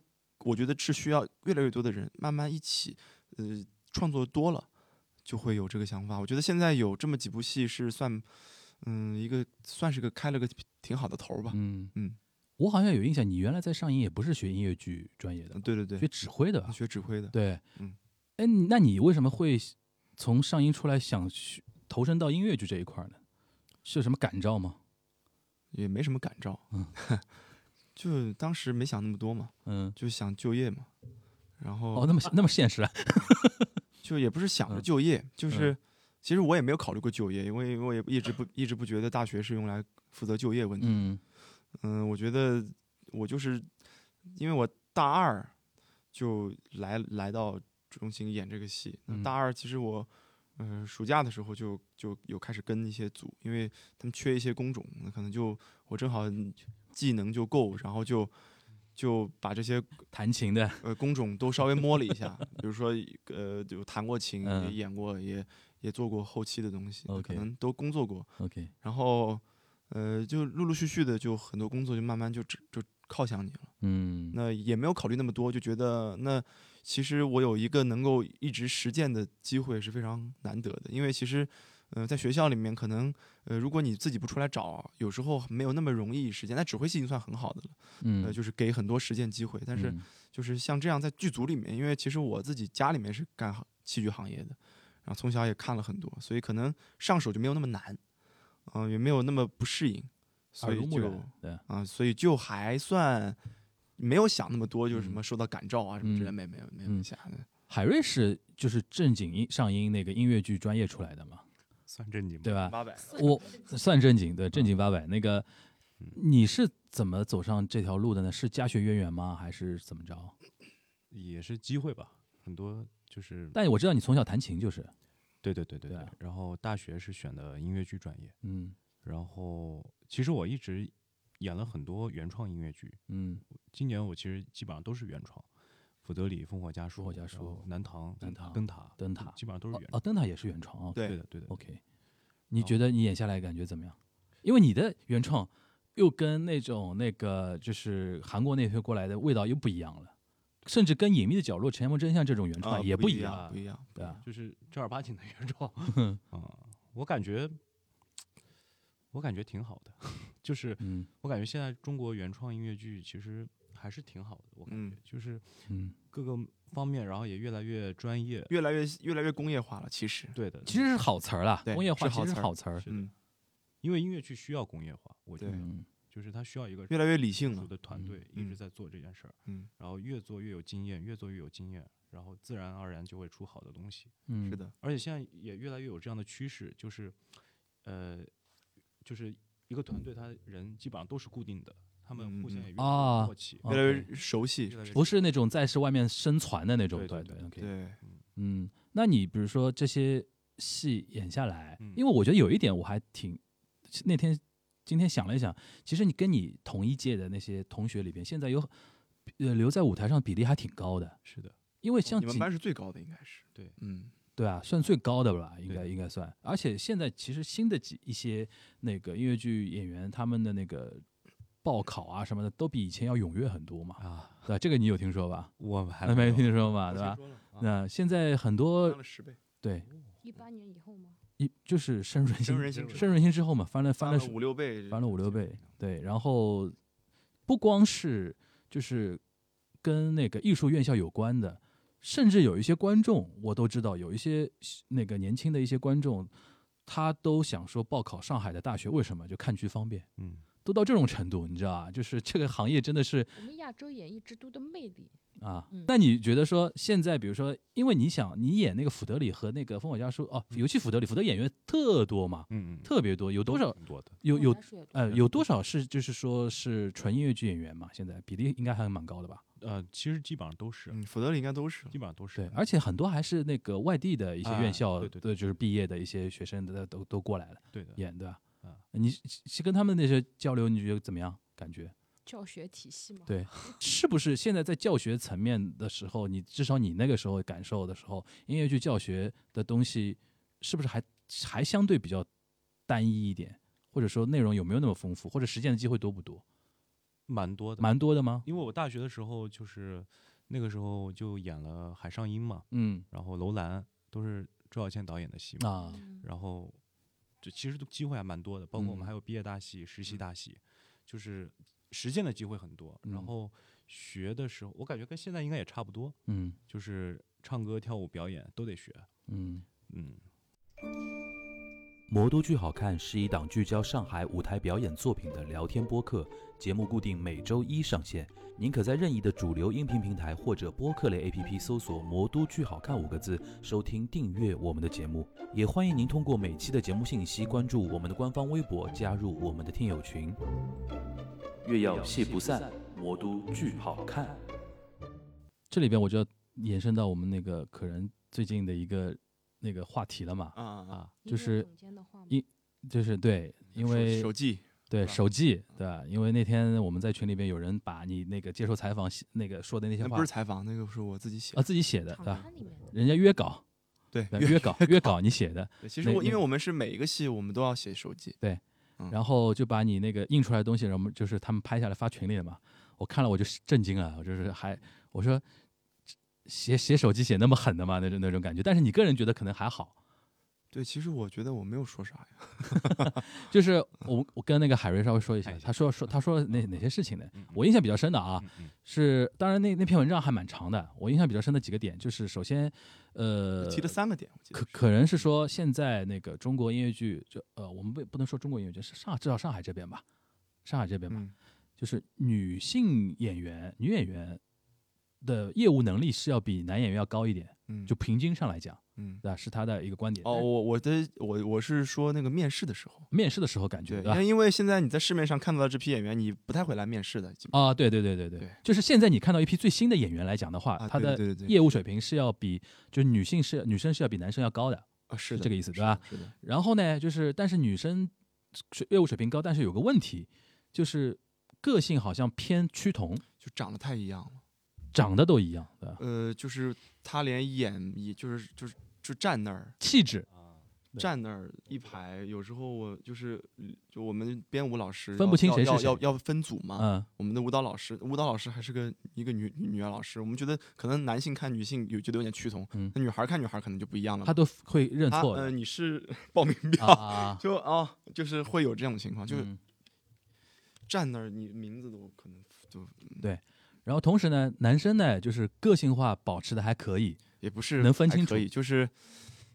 我觉得是需要越来越多的人慢慢一起，呃，创作多了就会有这个想法。我觉得现在有这么几部戏是算，嗯，一个算是个开了个挺好的头儿吧。嗯嗯嗯，我好像有印象，你原来在上影也不是学音乐剧专业的嗯，，对对学对，指挥的吧，学指挥的。对，嗯，哎，你那你为什么会从上音出来想去投身到音乐剧这一块儿呢？是有什么感召吗？也没什么感召，嗯 就当时没想那么多嘛，嗯，就想就业嘛，然哦，后那么那么现 实啊，就也不是想着嗯就业，就嗯是其实我也没有考虑过就业，因为我也一直不一直不觉得大学是用来负责就业问题。嗯嗯，我觉得我就是因为我大二就来来到中心演这个戏。嗯那大二其实我，嗯、暑假的时候就就有开始跟一些组，因为他们缺一些工种，那可能就我正好技能就够，然后就就把这些弹琴的，呃工种都稍微摸了一下，比如说呃就弹过琴，也嗯演过，也也做过后期的东西，可 OK 能都工作过。 OK，然后呃，就陆陆续续的就很多工作就慢慢就只就靠向你了。嗯，那也没有考虑那么多，就觉得那其实我有一个能够一直实践的机会是非常难得的，因为其实，呃，在学校里面可能，呃，如果你自己不出来找，有时候没有那么容易实践。那指挥系已经算很好的了，嗯呃，就是给很多实践机会。但是嗯就是像这样在剧组里面，因为其实我自己家里面是干行戏剧行业的，然后从小也看了很多，所以可能上手就没有那么难，嗯、也没有那么不适应，所耳濡以目就。染，对，啊，所以就还算没有想那么多，就是什嗯么受到感召啊、什么之类，嗯没没有没嗯有想。海瑞是就是正经音上音那个音乐剧专业出来的嘛，算正经对吧？吧？八百，我算正经，对，正经八百。那个嗯你是怎么走上这条路的呢？是家学渊源吗？还是怎么着？也是机会吧，很多就是但我知道你从小弹琴就是，对对对对对对啊。然后大学是选的音乐剧专业，嗯然后其实我一直演了很多原创音乐剧，嗯今年我其实基本上都是原创，福德里、烽火家书、烽火家然书后南唐、南唐灯塔、嗯灯塔基本上都是哦原，哦创。灯塔也是原创啊。对的，对的。 OK，你然觉后得你演下来感觉怎么样？因为你的原创又跟那种那个就是韩国那边过来的味道又不一样了，甚至跟《隐秘的角落》《沉默真相》这种原啊创也不一样，样不，一样。对吧？就是正儿八经的原 创啊、我感觉，我感觉挺好的， 就是嗯我感觉现在中国原创音乐剧其实还是挺好的，我感觉、嗯，就是嗯，各个方面，然后也越来越专业。越来越越来越工业化了，其实，对的，其实是好词儿啦，对工业化是好其实词是儿好词儿，是的嗯，因为音乐剧需要工业化，我觉对得嗯就是它需要一个越来越理性成熟了。的团嗯队一直嗯在做这件事儿，嗯，然后越做越有经验，越做越有经验，然后自然而然就会出好的东西。嗯，是，的，而且现在也越来越有这样的趋势，就是，呃，就是一个团队，他人基本上都是固定的，他们互相嗯嗯也越来越哦啊有默契，啊越来 OK 越熟悉越。来越不是那种在是外面生传的那种，对对对对对 o k 对，嗯，那你比如说这些戏演下来，嗯因为我觉得有一点我还挺那天今天想了一想，其实你跟你同一届的那些同学里边，现在有呃留在舞台上比例还挺高的，是的，因为像哦你们几班是最高的，应该是。对，嗯，对啊，算最高的吧，应对该应该算。而且现在其实新的几一些那个音乐剧演员他们的那个报考啊什么的，都比以前要踊跃很多嘛，啊，对吧？这个你有听说吧？我们还那没有听说嘛，我对先吧？呃说了啊那现在很多翻了十倍，对一八年以后吗？一就是深 入人心深入人心之后，深入人心之后嘛，翻了翻翻了了十五六倍，翻了五六倍，对。然后不光是就是跟那个艺术院校有关的，甚至有一些观众我都知道，有一些那个年轻的一些观众，他都想说报考上海的大学，为什么？就看剧方便，嗯，都到这种程度，你知道吧？就是这个行业真的是我们亚洲演艺之都的魅力，啊嗯。那你觉得说现在，比如说，因为你想你演那个福德里和那个烽火家书嗯哦，尤其福德里，福德演员特多嘛，嗯嗯，特别多，有多少？挺多的，有有我来说也呃，有多少是就是说是纯音乐剧演员嘛？现在比例应该还蛮高的吧？呃，其实基本上都是，嗯，福德里应该都是了。基本上都是对，，而且很多还是那个外地的一些院哎校，对对对就是毕业的一些学生的都都过来了对的，演，对吧？啊你是是跟他们那些交流，你觉得怎么样？感觉教学体系吗？对是不是现在在教学层面的时候，你至少你那个时候感受的时候，音乐剧教学的东西是不是还还相对比较单一一点？或者说内容有没有那么丰富，或者实践的机会多不多？蛮多的，蛮多的吗？因为我大学的时候就是那个时候就演了海上音嘛，嗯然后楼兰都是周小倩导演的戏嘛，啊，嗯，然后就其实都机会还蛮多的，包括我嗯们还有毕业大戏、实习嗯大戏，就是实践的机会很多。嗯然后学的时候，我感觉跟现在应该也差不多，嗯就是唱歌、跳舞、表演都得学。嗯嗯， 《魔都剧好看》是一档聚焦上海舞台表演作品的聊天播客，节目固定每周一上线。您可在任意的主流音频平台或者播客类 APP 搜索“魔都剧好看”五个字，收听订阅我们的节目。也欢迎您通过每期的节目信息关注我们的官方微博，加入我们的听友群。月要戏不散，魔都剧好看。这里边我就要延伸到我们那个可人最近的一个那个话题了嘛，啊啊啊！啊，音就乐是总监的话吗一就是对，因手为手嗯记，对吧手记对吧？因为那天我们在群里边有人把你那个接受采访写那个说的那些那话不是采访，那个是我自己写啊。自己写的长对吧？安里面 的人家约稿对， 对吧越约稿约稿你写的，对，其实那我因那为我们是每一个戏我们都要写手记，对嗯，然后就把你那个印出来的东西，然后我们就是他们拍下来发群里了嘛。我看了我就是震惊了，我就是还我说写写手机写那么狠的吗？那种那种感觉。但是你个人觉得可能还好，对，其实我觉得我没有说啥呀，就是我我跟那个海瑞稍微说一下看一，下他说说他说哪哪些事情呢？嗯我印象比较深的啊，嗯嗯是当然那那篇文章还蛮长的，我印象比较深的几个点就是首先，呃，提了三个点，我记得可是可能是说现在那个中国音乐剧，就呃，我们不不能说中国音乐剧，是上至少上海这边吧，上海这边吧，嗯，就是女性演员、女演员的业务能力是要比男演员要高一点，嗯就平均上来讲，嗯对吧？是他的一个观点。哦，我我的我我是说那个面试的时候，面试的时候感觉，对，啊对因吧？为因为现在你在市面上看到的这批演员，你不太会来面试的，基本啊，对对对对对，对就是现在你看到一批最新的演员来讲的话，啊哦他对的对对对业务水平是要比就是女性是女生是要比男生要高的。啊是是的这个意思是对吧的？是的，然后呢，就是但是女生水业务水平高，但是有个问题，就是个性好像偏趋同，就长得太一样了。长得都一样，对吧？呃，就是他连演也就是就是就站那儿气质嗯啊对站那儿一排，有时候我就是就我们编舞老师分要不清要谁是要谁要要分组嘛，嗯，我们的舞蹈老师，舞蹈老师还是个一个女女老师，我们觉得可能男性看女性有觉得有点趋同，嗯那女孩看女孩可能就不一样了嘛。他都会认她错呃，的 你是 报名表，啊啊，就啊、就是会有这种情况，就嗯站那儿你名字都可能就然后同时呢，男生呢就是个性化保持的还可以，也不是能分还清可楚以就是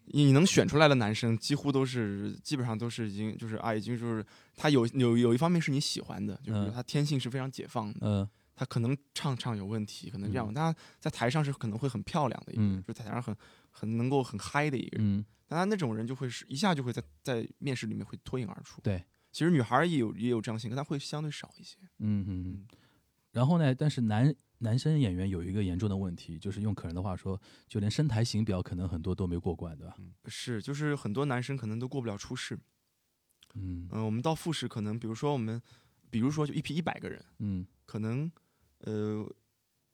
你能选出来的男生几乎都是基本上都是已经就是啊，已经就是他有有有一方面是你喜欢的，就是嗯他天性是非常解放的，嗯他可能唱唱有问题，可能这样，嗯他在台上是可能会很漂亮的一个人，嗯就在台上很很能够很嗨的一个人，嗯，但他那种人就会是一下就会在在面试里面会脱颖而出。对，其实女孩儿也有也有这样性格，但会相对少一些。嗯嗯嗯。然后呢，但是男男生演员有一个严重的问题，就是用可人的话说，就连身材形表可能很多都没过关，对吧？是，就是很多男生可能都过不了初试，嗯嗯、我们到复试可能，比如说我们，比如说就一批一百个人，嗯可能，呃，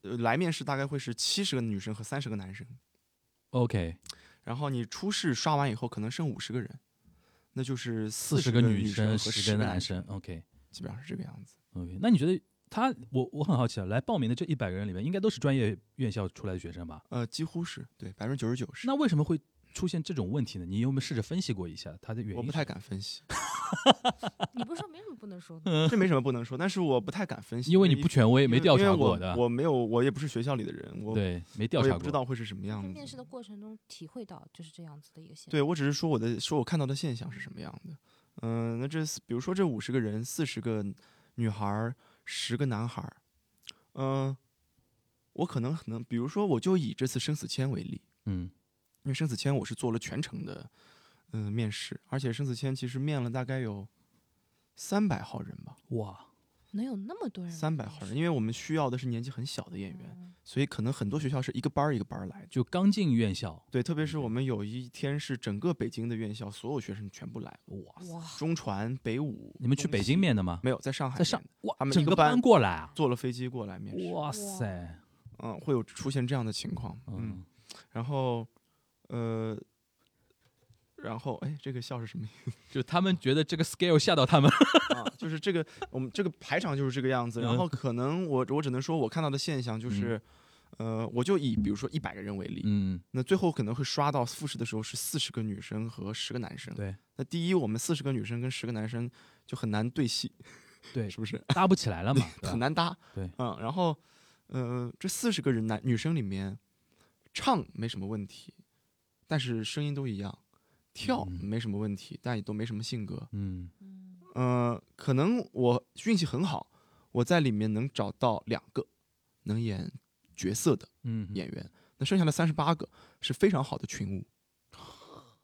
呃来面试大概会是七十个女生和三十个男生， ，OK，然后你初试刷完以后，可能剩五十个人，那就是四四十个个女生生，和十10个个男生，生，OK。基本上是这个样子。 OK，那你觉得他，我我很好奇啊，来报名的这一百个人里面，应该都是专业院校出来的学生吧？呃，几乎是对百分之九十九是。那为什么会出现这种问题呢？你有没有试着分析过一下他的原因？我不太，敢分析，你不是说没什么不能说的吗？嗯这没什么不能说，但是我不太敢分析，因为你不权威，因没为调因为查我过的，我没有，我也不是学校里的人，我对，没调我也查不知过。道会是什么样嗯在子。面试的过程中体会到就是这样子的一个现象。对我只是说我的说我看到的现象是什么样的。嗯、那这四比如说这五十个人，四十个女孩儿，十个男孩儿，嗯、我可能可能，比如说我就以这次生死签为例，嗯因为生死签我是做了全程的，嗯、面试，而且生死签其实面了大概有三百号人吧，哇，能有那么多人三百号人，因为我们需要的是年纪很小的演嗯员，所以可能很多学校是一个班儿一个班儿来的。就刚进院校，对，特别是我们有一天是整个北京的院校所有学生全部来了，哇塞，哇，中传、北舞，你们去中北戏京面的吗？没有，在上海在上面哇他，们整一个个班班过来啊！坐了飞机过来面试，哇塞，嗯，会有出现这样的情况，嗯，嗯，然后，呃，然后哎，这个笑是什么意就他们觉得这个 scale 吓到他们，思啊？就是这个我们这个排场就是这个样子，然嗯后可能我我只能说我看到的现象就是。呃，我就以比如说一百个人为例，嗯，那最后可能会刷到复试的时候是四十个女生和十个男生。对那第一，我们四十个女生跟十个男生就很难对戏， 对，是不是？搭不起来 了嘛，对吧很难搭。对嗯，然后，呃，这四十个人男女生里面，唱没什么问题，但是声音都一样，跳嗯没什么问题，但也都没什么性格。嗯呃，可能我运气很好，我在里面能找到两个能演角色的嗯，演员，那剩下的三十八个是非常好的群舞，啊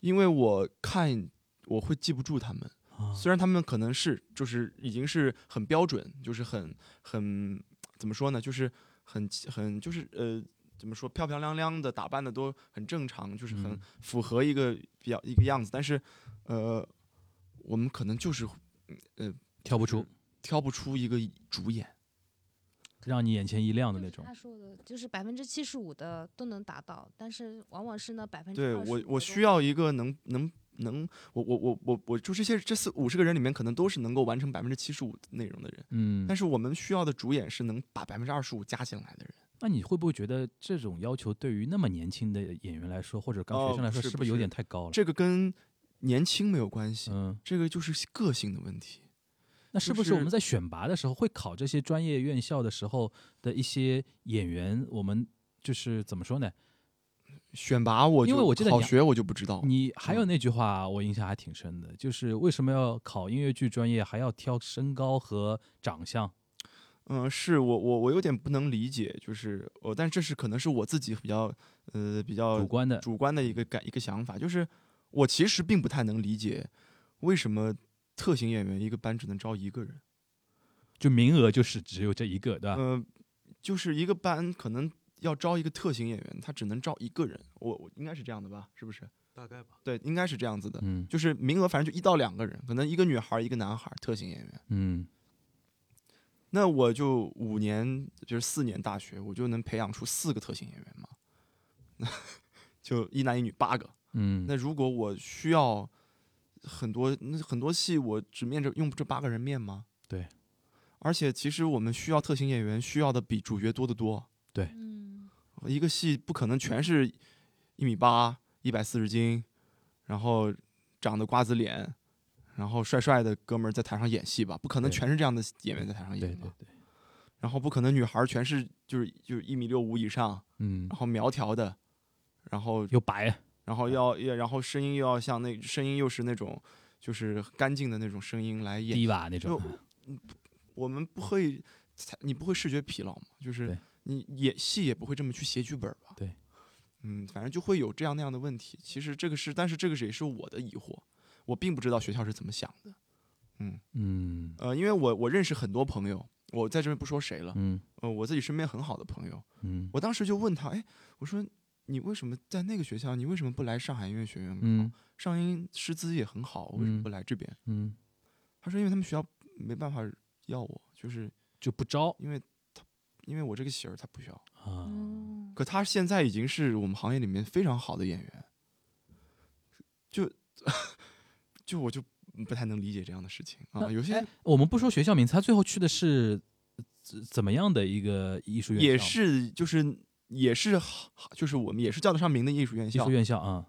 因为我看我会记不住他们。啊虽然他们可能是就是已经是很标准，就是很很怎么说呢，就是很很就是呃怎么说漂漂亮亮的打扮的都很正常，就是很嗯符合一个比较一个样子，但是呃我们可能就是跳不出，挑不出一个主演，让你眼前一亮的就那是种他。说的，就是百分之嗯七十五的都能达到，但是往往是那百分之对我我需要一个能能能，我我我我我就这些这四五十个人里面，可能都是能够完成百分之七十五内容的人，嗯但是我们需要的主演是能把百分之二十五加进来的人。那你会不会觉得这种要求对于那么年轻的演员来说，或者刚哦学生来说，不是是不不是有是点太高了？这个跟年轻没有关系，嗯，这个就是个性的问题。那是就不是我是们在选拔的时候会考这些专业院校的时候的一些演员？我们就是怎么说呢？选拔我就因为我记得好你啊嗯学我就不知道，你还有那句话，我印象还挺深的，就是为什么要考音乐剧专业，还要挑身高和长相？嗯，是我我我有点不能理解，就是我、但这是可能是我自己比较呃比较主观的，主观的一个感一个想法，就是我其实并不太能理解为什么特型演员一个班只能招一个人，就名额就是只有这一个，对吧？呃，就是一个班可能要招一个特型演员，他只能招一个人，我我应该是这样的吧，是不是？大概吧，对，应该是这样子的，嗯就是名额反正就一到两个人，可能一个女孩儿一个男孩儿，特型演员。嗯，那我就五年，就是四年大学，我就能培养出四个特型演员嘛？ 就一男一女八个。嗯，那如果我需要很多那很多戏，我只面着用这八个人面吗？对。而且其实我们需要特型演员需要的比主角多得多，嗯，一个戏不可能全是一米八、一百四十斤，然后长得瓜子脸，然后帅帅的哥们儿在台上演戏吧？不可能对全是这样的演员在台上演对吧对？对，然后不可能女孩儿全是就是就是一米六五以上，嗯然，后苗条的，然后又白，啊然后要也然后声音又要像那声音又是那种就是干净的那种声音来演，低吧那种就，我们不会，你不会视觉疲劳嘛？就是对你演戏也不会这么去写剧本吧？对，嗯，反正就会有这样那样的问题。其实这个是，但是这个是也是我的疑惑，我并不知道学校是怎么想的。嗯呃，因为我我认识很多朋友，我在这边不说谁了，嗯呃，我自己身边很好的朋友，嗯我当时就问他，哎，我说你为什么在那个学校？你为什么不来上海音乐学院？嗯，上音师资也很好，为什么不来这边？嗯，他说因为他们学校没办法要我，就是就不招因为他因为我这个型儿他不需要。啊，嗯可他现在已经是我们行业里面非常好的演员，就 就我就不太能理解这样的事情啊。那有些哎我们不说学校名字，他最后去的是呃怎怎么样的一个艺术院校？也是就是也是好就是我们也是叫得上名的艺术院艺校术，院校啊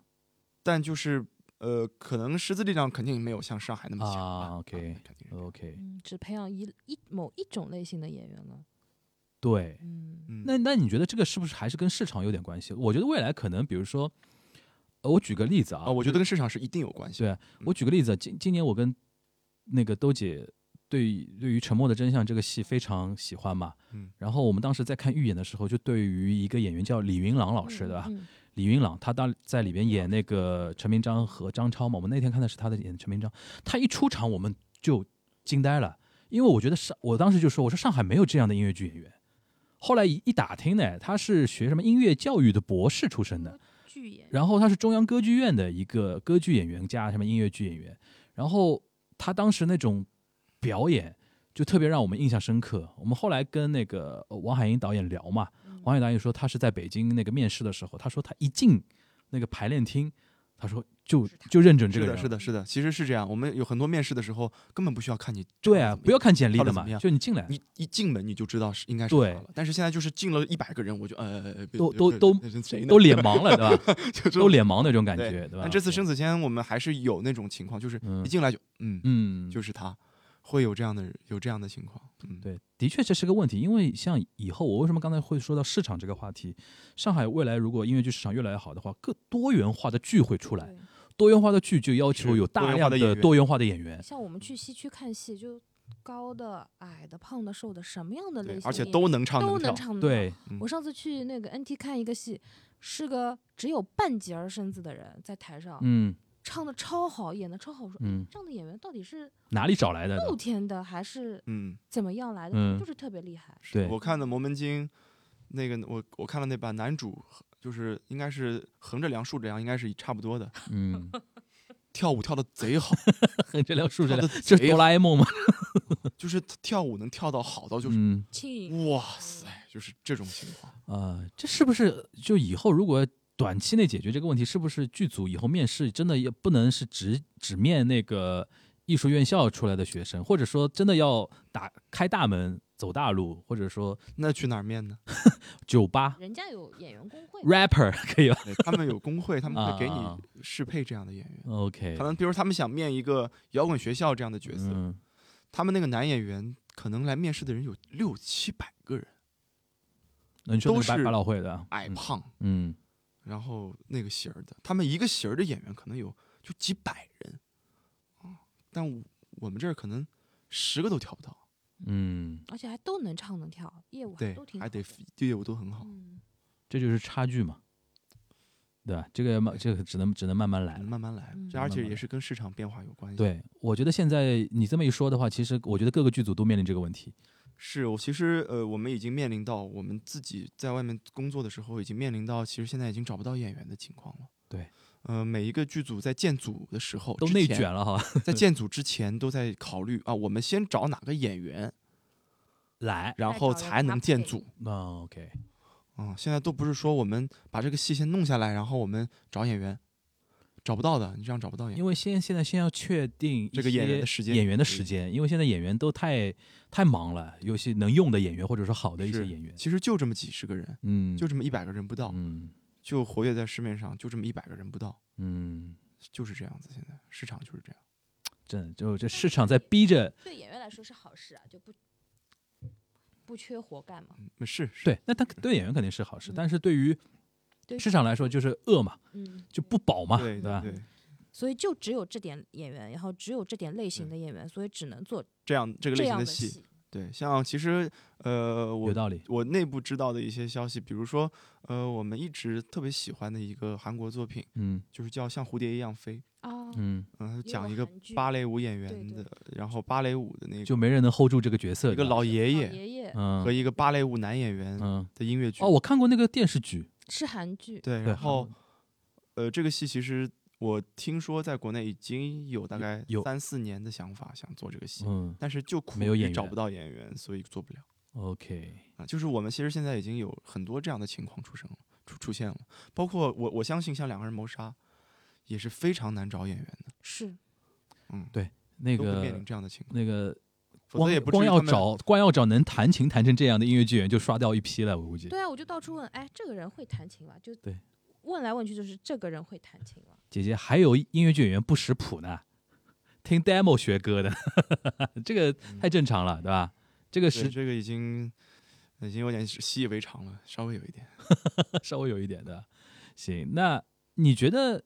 但就是呃，可能师资力量肯定没有像上海那么强吧啊，OK 肯定是，OK，嗯，只培养一一某一种类型的演员了。对。嗯，嗯，那那你觉得这个是不是还是跟市场有点关系？我觉得未来可能，比如说，呃我举个例子啊，啊，我觉得跟市场是一定有关系的。对我举个例子，今今年我跟那个兜姐对对于《沉默的真相》这个戏非常喜欢嘛，嗯，然后我们当时在看预演的时候，就对于一个演员叫李云朗老师，对吧？嗯李云朗，他当在里边演那个陈明章和张超嘛。我们那天看的是他的演陈明章，他一出场我们就惊呆了，因为我觉得上，我当时就说，我说上海没有这样的音乐剧演员。后来一一打听呢，他是学什么音乐教育的博士出身的，剧演，然后他是中央歌剧院的一个歌剧演员加什么音乐剧演员，然后他当时那种表演就特别让我们印象深刻。我们后来跟那个呃王海英导演聊嘛，王海英导演说他是在北京那个面试的时候，他说他一进那个排练厅，他说就就认准这是个的，人，是的，的，是的，其实是这样。我们有很多面试的时候根本不需要看你长对得啊，怎么不要样，看简历跳的得怎嘛么，样就你进来你一进门你就知道是应该是对他了。但是现在就是进了一百个人，我就呃呃，呃别都别都别都别谁呢都脸盲了，对 吧？就这都种脸盲那种感对觉，对吧？但这次生死签我们还是有那种情况，就是嗯一进来就嗯，嗯，就是他，会有这样的有这样的情况。嗯，对，的确这是个问题，因为像以后我为什么刚才会说到市场这个话题，上海未来如果音乐剧市场越来越好的话，更多元化的剧会出来，对多元化的剧就要求是有多大元化量的的演员多元化的演员，像我们去西区看戏，就高的、矮的、胖的、瘦的，什么样的类对型，而且的演都能唱都跳能。唱得对，嗯我上次去那个 NT 看一个戏，是个只有半截儿身子的人在台上、嗯唱的超好，演的超好，我说、嗯，这样的演员到底是哪里找来的呢？露天的还是嗯，怎么样来的？嗯就是特别厉害。是对我看的《摩门经》，那个我我看了那版男主就是应该是横着量竖着量应该是差不多的，嗯， 跳舞跳的贼好， 这辆树跳这辆的，这是贼好，哆啦 A 梦吗？就是跳舞能跳到好到就是嗯庆嗯哇塞，就是这种情况。呃啊、这是不是就以后如果短期内解决这个问题，是不是剧组以后面试真的也不能是只只面那个艺术院校出来的学生，或者说真的要打开大门走大路，或者说那去哪儿面呢？酒吧人家有演员工会嗯嘛， rapper 可以吧 对他们有工会，他们会给啊你适配这样的演员。 ？OK，可能比如他们想面一个摇滚学校这样的角色，嗯，他们那个男演员可能来面试的人有六七百个人，那你说那都个百是百老汇的矮嗯胖，嗯，然后那个型儿的，他们一个型儿的演员可能有就几百人，啊，但我我们这儿可能十个都挑不到，嗯，而且还都能唱能跳，业务还对都，挺还好得的业务都很好，嗯，这就是差距嘛，对吧？这个要慢这个只能只能慢慢来了。慢慢来，嗯这慢而且慢也来是跟市场变化有关系。，对，我觉得现在你这么一说的话，其实我觉得各个剧组都面临这个问题。是我其实呃，我们已经面临到我们自己在外面工作的时候，已经面临到其实现在已经找不到演员的情况了。对，呃，每一个剧组在建组的时候都之内前卷了哈， 在建组之前都在考虑啊，我们先找哪个演员，来，然再后找人才能搭建配组。那 OK，啊、现在都不是说我们把这个戏先弄下来，然后我们找演员，找不到的，你这样找不到演员。因为先现在先要确定这个一些演员的时间嗯演员的时间，因为现在演员都太太忙了，有些能用的演员或者说好的一些是演员，其实就这么几十个人，嗯，就这么一百个人不到，嗯就活跃在市面上，就这么一百个人不到，嗯，就是这样子。现在市场就是这样。真的就这市场在逼着，对演员来说是好事啊，就不不缺活干嘛。嗯，是，是，对，那他对演员肯定是好事，嗯但是对于对市场来说就是饿嘛，嗯，就不饱嘛，对啊吧？对，所以就只有这点演员，然后只有这点类型的演员，所以只能做这样这个这类型样的戏，戏。对，像其实呃，我有道理，我内部知道的一些消息，比如说呃，我们一直特别喜欢的一个韩国作品，嗯就是叫《像蝴蝶一样飞》。啊，嗯，嗯，它也讲有一个韩剧芭蕾舞演对员对的，然后芭蕾舞的那个就没人能 hold 住这个角色的，一个老爷老爷爷爷嗯和一个芭蕾舞男演员嗯的音乐剧。哦，我看过那个电视剧，是韩剧，对，对然后呃，这个戏其实我听说在国内已经有大概有三四年的想法想做这个戏，嗯但是就苦没有演于员找不到演员，所以做不了，OK，啊。就是我们其实现在已经有很多这样的情况出生了，出出现了，包括我我相信像两个人谋杀。也是非常难找演员的，是嗯，那都会个面临这样的情况，那个否光则也不至光于要他们找光要找能弹琴弹成这样的音乐剧演员就刷掉一批了，我估计。对啊，我就到处问，哎，这个人会弹琴吗？就对，问来问去就是这个人会弹琴吗？姐姐还有音乐剧演员不识谱呢，听 demo 学歌的， 这个太正常了，对吧？这个嗯对是这个已经已经有点习以为常了，稍微有一点。 稍微有一点的。行，那你觉得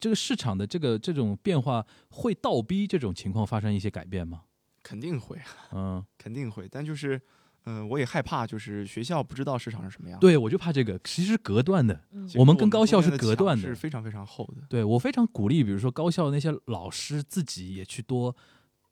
这个市场的这个这种变化会倒逼这种情况发生一些改变吗？肯定会，啊，嗯，肯定会，但就是，嗯、我也害怕，就是学校不知道市场是什么样。，对，我就怕这个，其实隔断的。嗯其，实我我们跟高中校间是的隔墙断的是非常非常厚的。对我非常鼓励，比如说高校那些老师自己也去多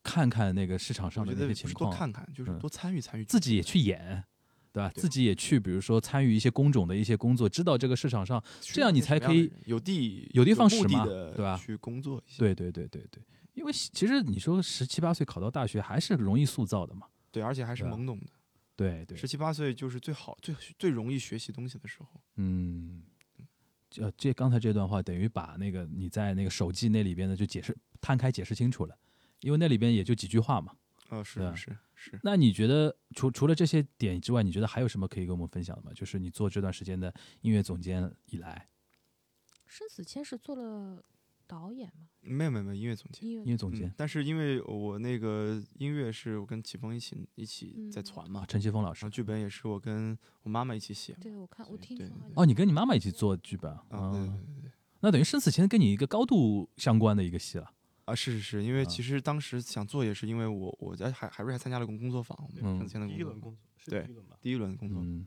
看看那个市场我上觉的得那不些是情多况，看看，就是嗯多参与参与，自己也去演，对吧？对自己也去，比如说参与一些工种的一些工作，知道这个市场上，去这样认你识才什么可样以的人有地有地方目使的嘛地对吧去工作一下。对对对对对，因为其实你说十七八岁考到大学还是容易塑造的嘛，对，而且还是对啊懵懂的，对对，十七八岁就是最好、最最容易学习东西的时候。嗯，这这刚才这段话等于把那个你在那个手记那里边的就解释摊开解释清楚了，因为那里边也就几句话嘛。呃，是对啊是是，那你觉得除除了这些点之外，你觉得还有什么可以跟我们分享的吗？就是你做这段时间的音乐总监以来，生死签是做了导演嘛，没有没有没有音乐总监。音音乐乐总监嗯，但是因为我那个音乐是我跟齐峰一起一起在嗯传嘛啊，，陈奇峰老然后师。剧本也是我跟我妈妈一起写嘛。对我看我所以听对说对好对像哦，你跟你妈妈一起做剧本啊？啊，对对哦对对对那等于生死前跟你一个高度相关的一个戏了。啊，是是是，因为啊其实当时想做也是因为我我在海海瑞还参加了工工作坊，我们嗯上次签的第一工作轮坊，工作是对第一轮吧？第一轮工作坊嗯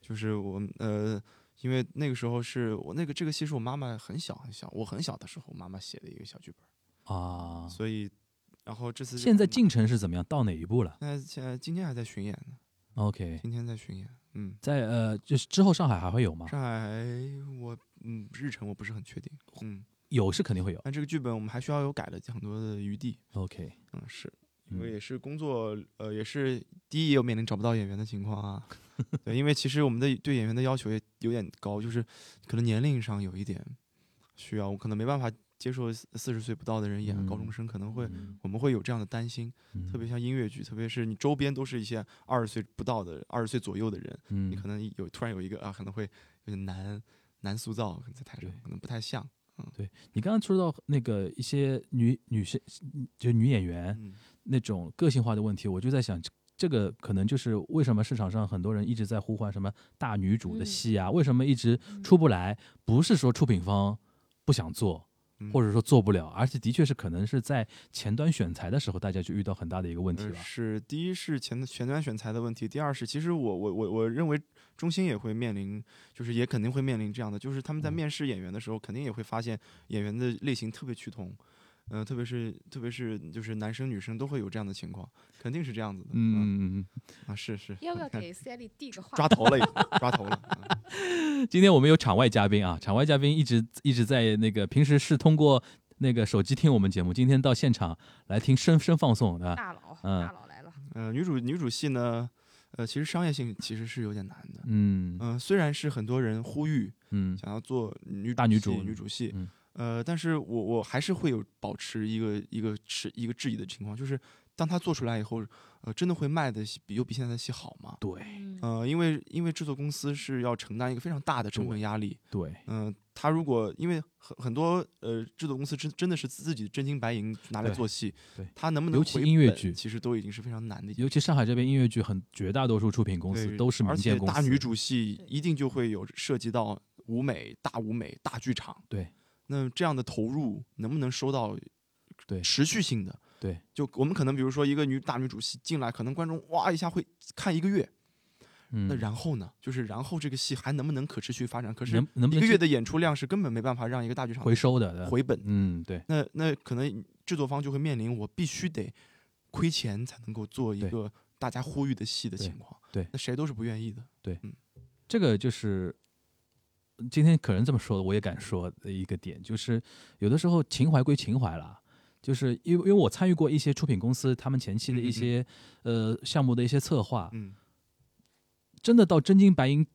就是我们呃，因为那个时候是我那个这个戏是我妈妈很小很小，我很小的时候我妈妈写的一个小剧本，啊，所以然后这次现在进进程是怎么样？到哪一步了现在现在今天还在巡演呢， ？OK，今天在巡演，嗯，在呃，就是之后上海还会有吗？上海我嗯日程我不是很确定，嗯，有是肯定会有。但这个剧本我们还需要有改的很多的余地， OK，嗯是，因为嗯也是工作，呃，也是第一也有面临找不到演员的情况 啊。对，因为其实我们的对演员的要求也有点高，就是可能年龄上有一点需要，我可能没办法接受四十岁不到的人演高中嗯生，可能会嗯我们会有这样的担心。特别像音乐剧，特别是你周边都是一些二十岁不到的、二十岁左右的人，嗯，你可能有突然有一个啊，可能会有点难难塑造，可能在台上对可能不太像。你刚刚说到那个一些女女生，就女演员嗯，那种个性化的问题，我就在想，这这个可能就是为什么市场上很多人一直在呼唤什么大女主的嗯戏啊，为什么一直嗯出不来？不是说出品方不想做，嗯或者说做不了，而且的确是可能是在前端选材的时候，大家就遇到很大的一个问题呃了。是第一是前前端选材的问题，第二是其实我我我我认为中心也会面临，就是也肯定会面临这样的，就是他们在嗯面试演员的时候，肯定也会发现演员的类型特别趋同，嗯、特别是特别是就是男生女生都会有这样的情况，肯定是这样子的。嗯，嗯啊是是，要不要给 Sally 递个 话？抓头了已经，抓头 了。嗯嗯今天我们有场外嘉宾啊，场外嘉宾一直一直在那个平时是通过那个手机听我们节目，今天到现场来听声声放送啊。大佬，嗯大佬来了，呃，女主女主戏呢，呃，其实商业性其实是有点难的。嗯嗯、虽然是很多人呼吁嗯想要做女大女女主女主戏，嗯呃，但是我我还是会有保持一个一个持一个质疑的情况，就是当她做出来以后，呃，真的会卖的戏比有比现在的戏好吗？对嗯，呃，因为因为制作公司是要承担一个非常大的成本对哎压力，对，嗯、他如果因为很很多呃制作公司真真的是自己真金白银拿来对做戏对，他能不能尤其回音乐本剧其实都已经是非常难的一件尤其上海这边音乐剧很绝大多数出品公司对都是民而且间公司，大女主戏对一定就会有涉及到舞美、大舞美、大剧场。对，那这样的投入能不能收到对持续性的？对，就我们可能比如说一个女大女主戏进来，可能观众哇一下会看一个月，嗯，那然后呢？就是然后这个戏还能不能可持续发展？可是能能不一能个月去的演出量是根本没办法让一个大剧场回收的？对吧回本。嗯，对，那那可能制作方就会面临我必须得亏钱才能够做一对个大家呼吁的戏的对情况。对那谁都是不愿意的。这个就是今天可能这么说的，我也敢说的一个点，就是有的时候情怀归情怀啦，就是因为因为我参与过一些出品公司他们前期的嗯嗯一嗯些呃项目的一些策划，嗯。真的到真金白银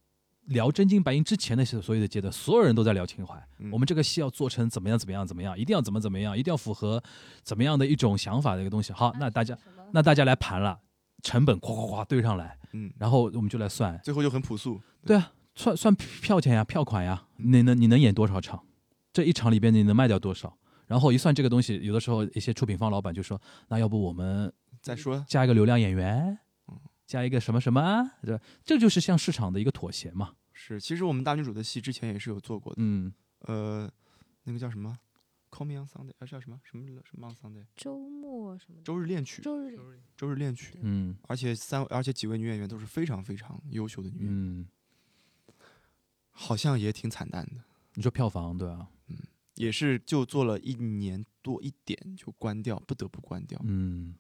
聊真金白银之前的所有的阶段，所有人都在聊情怀。嗯我们这个戏要做成怎么样怎么样怎么样，一定要怎么怎么样，一定要符合怎么样的一种想法的一个东西。好，那大家什么那大家来盘了，成本哗哗哗堆上来，嗯，然后我们就来算，最后就很朴素。对啊，算算票钱呀、票款呀，你能你能演多少场？这一场里边你能卖掉多少？然后一算这个东西，有的时候一些出品方老板就说，那要不我们再说，加一个流量演员嗯，加一个什么什么啊，这这就是向市场的一个妥协嘛。是，其实我们大女主的戏之前也是有做过的，嗯，呃，那个叫什么？Call Me on Sunday，啊，叫什么什么什么 on Sunday？周末什么的，周日恋曲，周日周日恋曲。嗯而且三，而且几位女演员都是非常非常优秀的女演员，嗯，好像也挺惨淡的，你说票房对啊吧？也是就做了一年多一点就关掉，不得不关掉。嗯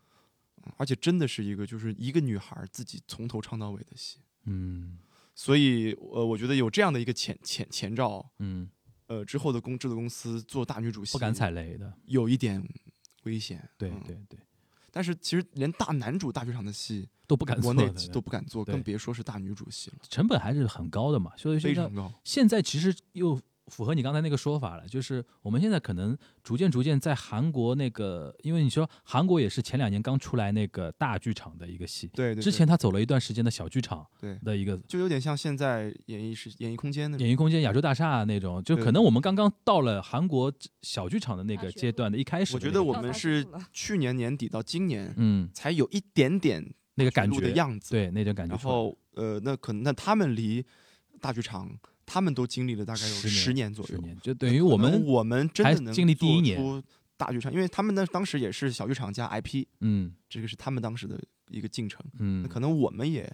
嗯而且真的是一个就是一个女孩儿自己从头唱到尾的戏，嗯所以呃，我觉得有这样的一个前前前兆，嗯，呃，之后的公制作公司做大女主戏不敢踩雷的，有一点危险。对嗯对对，但是其实连大男主大剧场的戏，都不敢国做内的，都不敢做，对更别说是大女主戏了，成本还是很高的嘛。所以非现在常高。现在其实又符合你刚才那个说法了，就是我们现在可能逐渐逐渐在韩国那个，因为你说韩国也是前两年刚出来那个大剧场的一个戏，对对对之前他走了一段时间的小剧场对，的一个就有点像现在演艺是演艺空间那种。演艺空间、亚洲大厦啊那种，就对可能我们刚刚到了韩国小剧场的那个大学阶段的一开始我的觉那个，得我到们大是众了去年年底到今年嗯才有一点点那个感路的觉，样子。对那种感觉然出来，后呃，那可能那他们离大剧场，他们都经历了大概有10年十年左十右。年就等于可我能们我们真还的能经历第一做年出大剧场，因为他们那当时也是小剧场加 IP，嗯这个是他们当时的一个进程。那嗯，可能我们也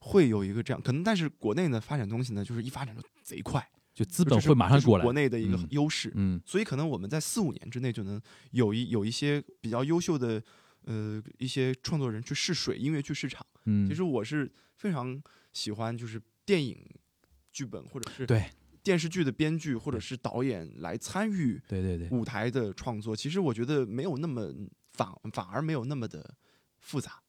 会有一个这样，可能但是国内呢发展东西呢，就是一发展就贼快，就资这本是会马上这是过来国，内的一个嗯优势，嗯所以可能我们在四五年之内就能有一有一些比较优秀的呃一些创作人去试水音乐剧市场。嗯，其实我是非常喜欢就是电影剧本或者是对电视剧的编剧或者是导演来参与对对对，舞台的创作。其实我觉得没有那么反反而没有那么的复杂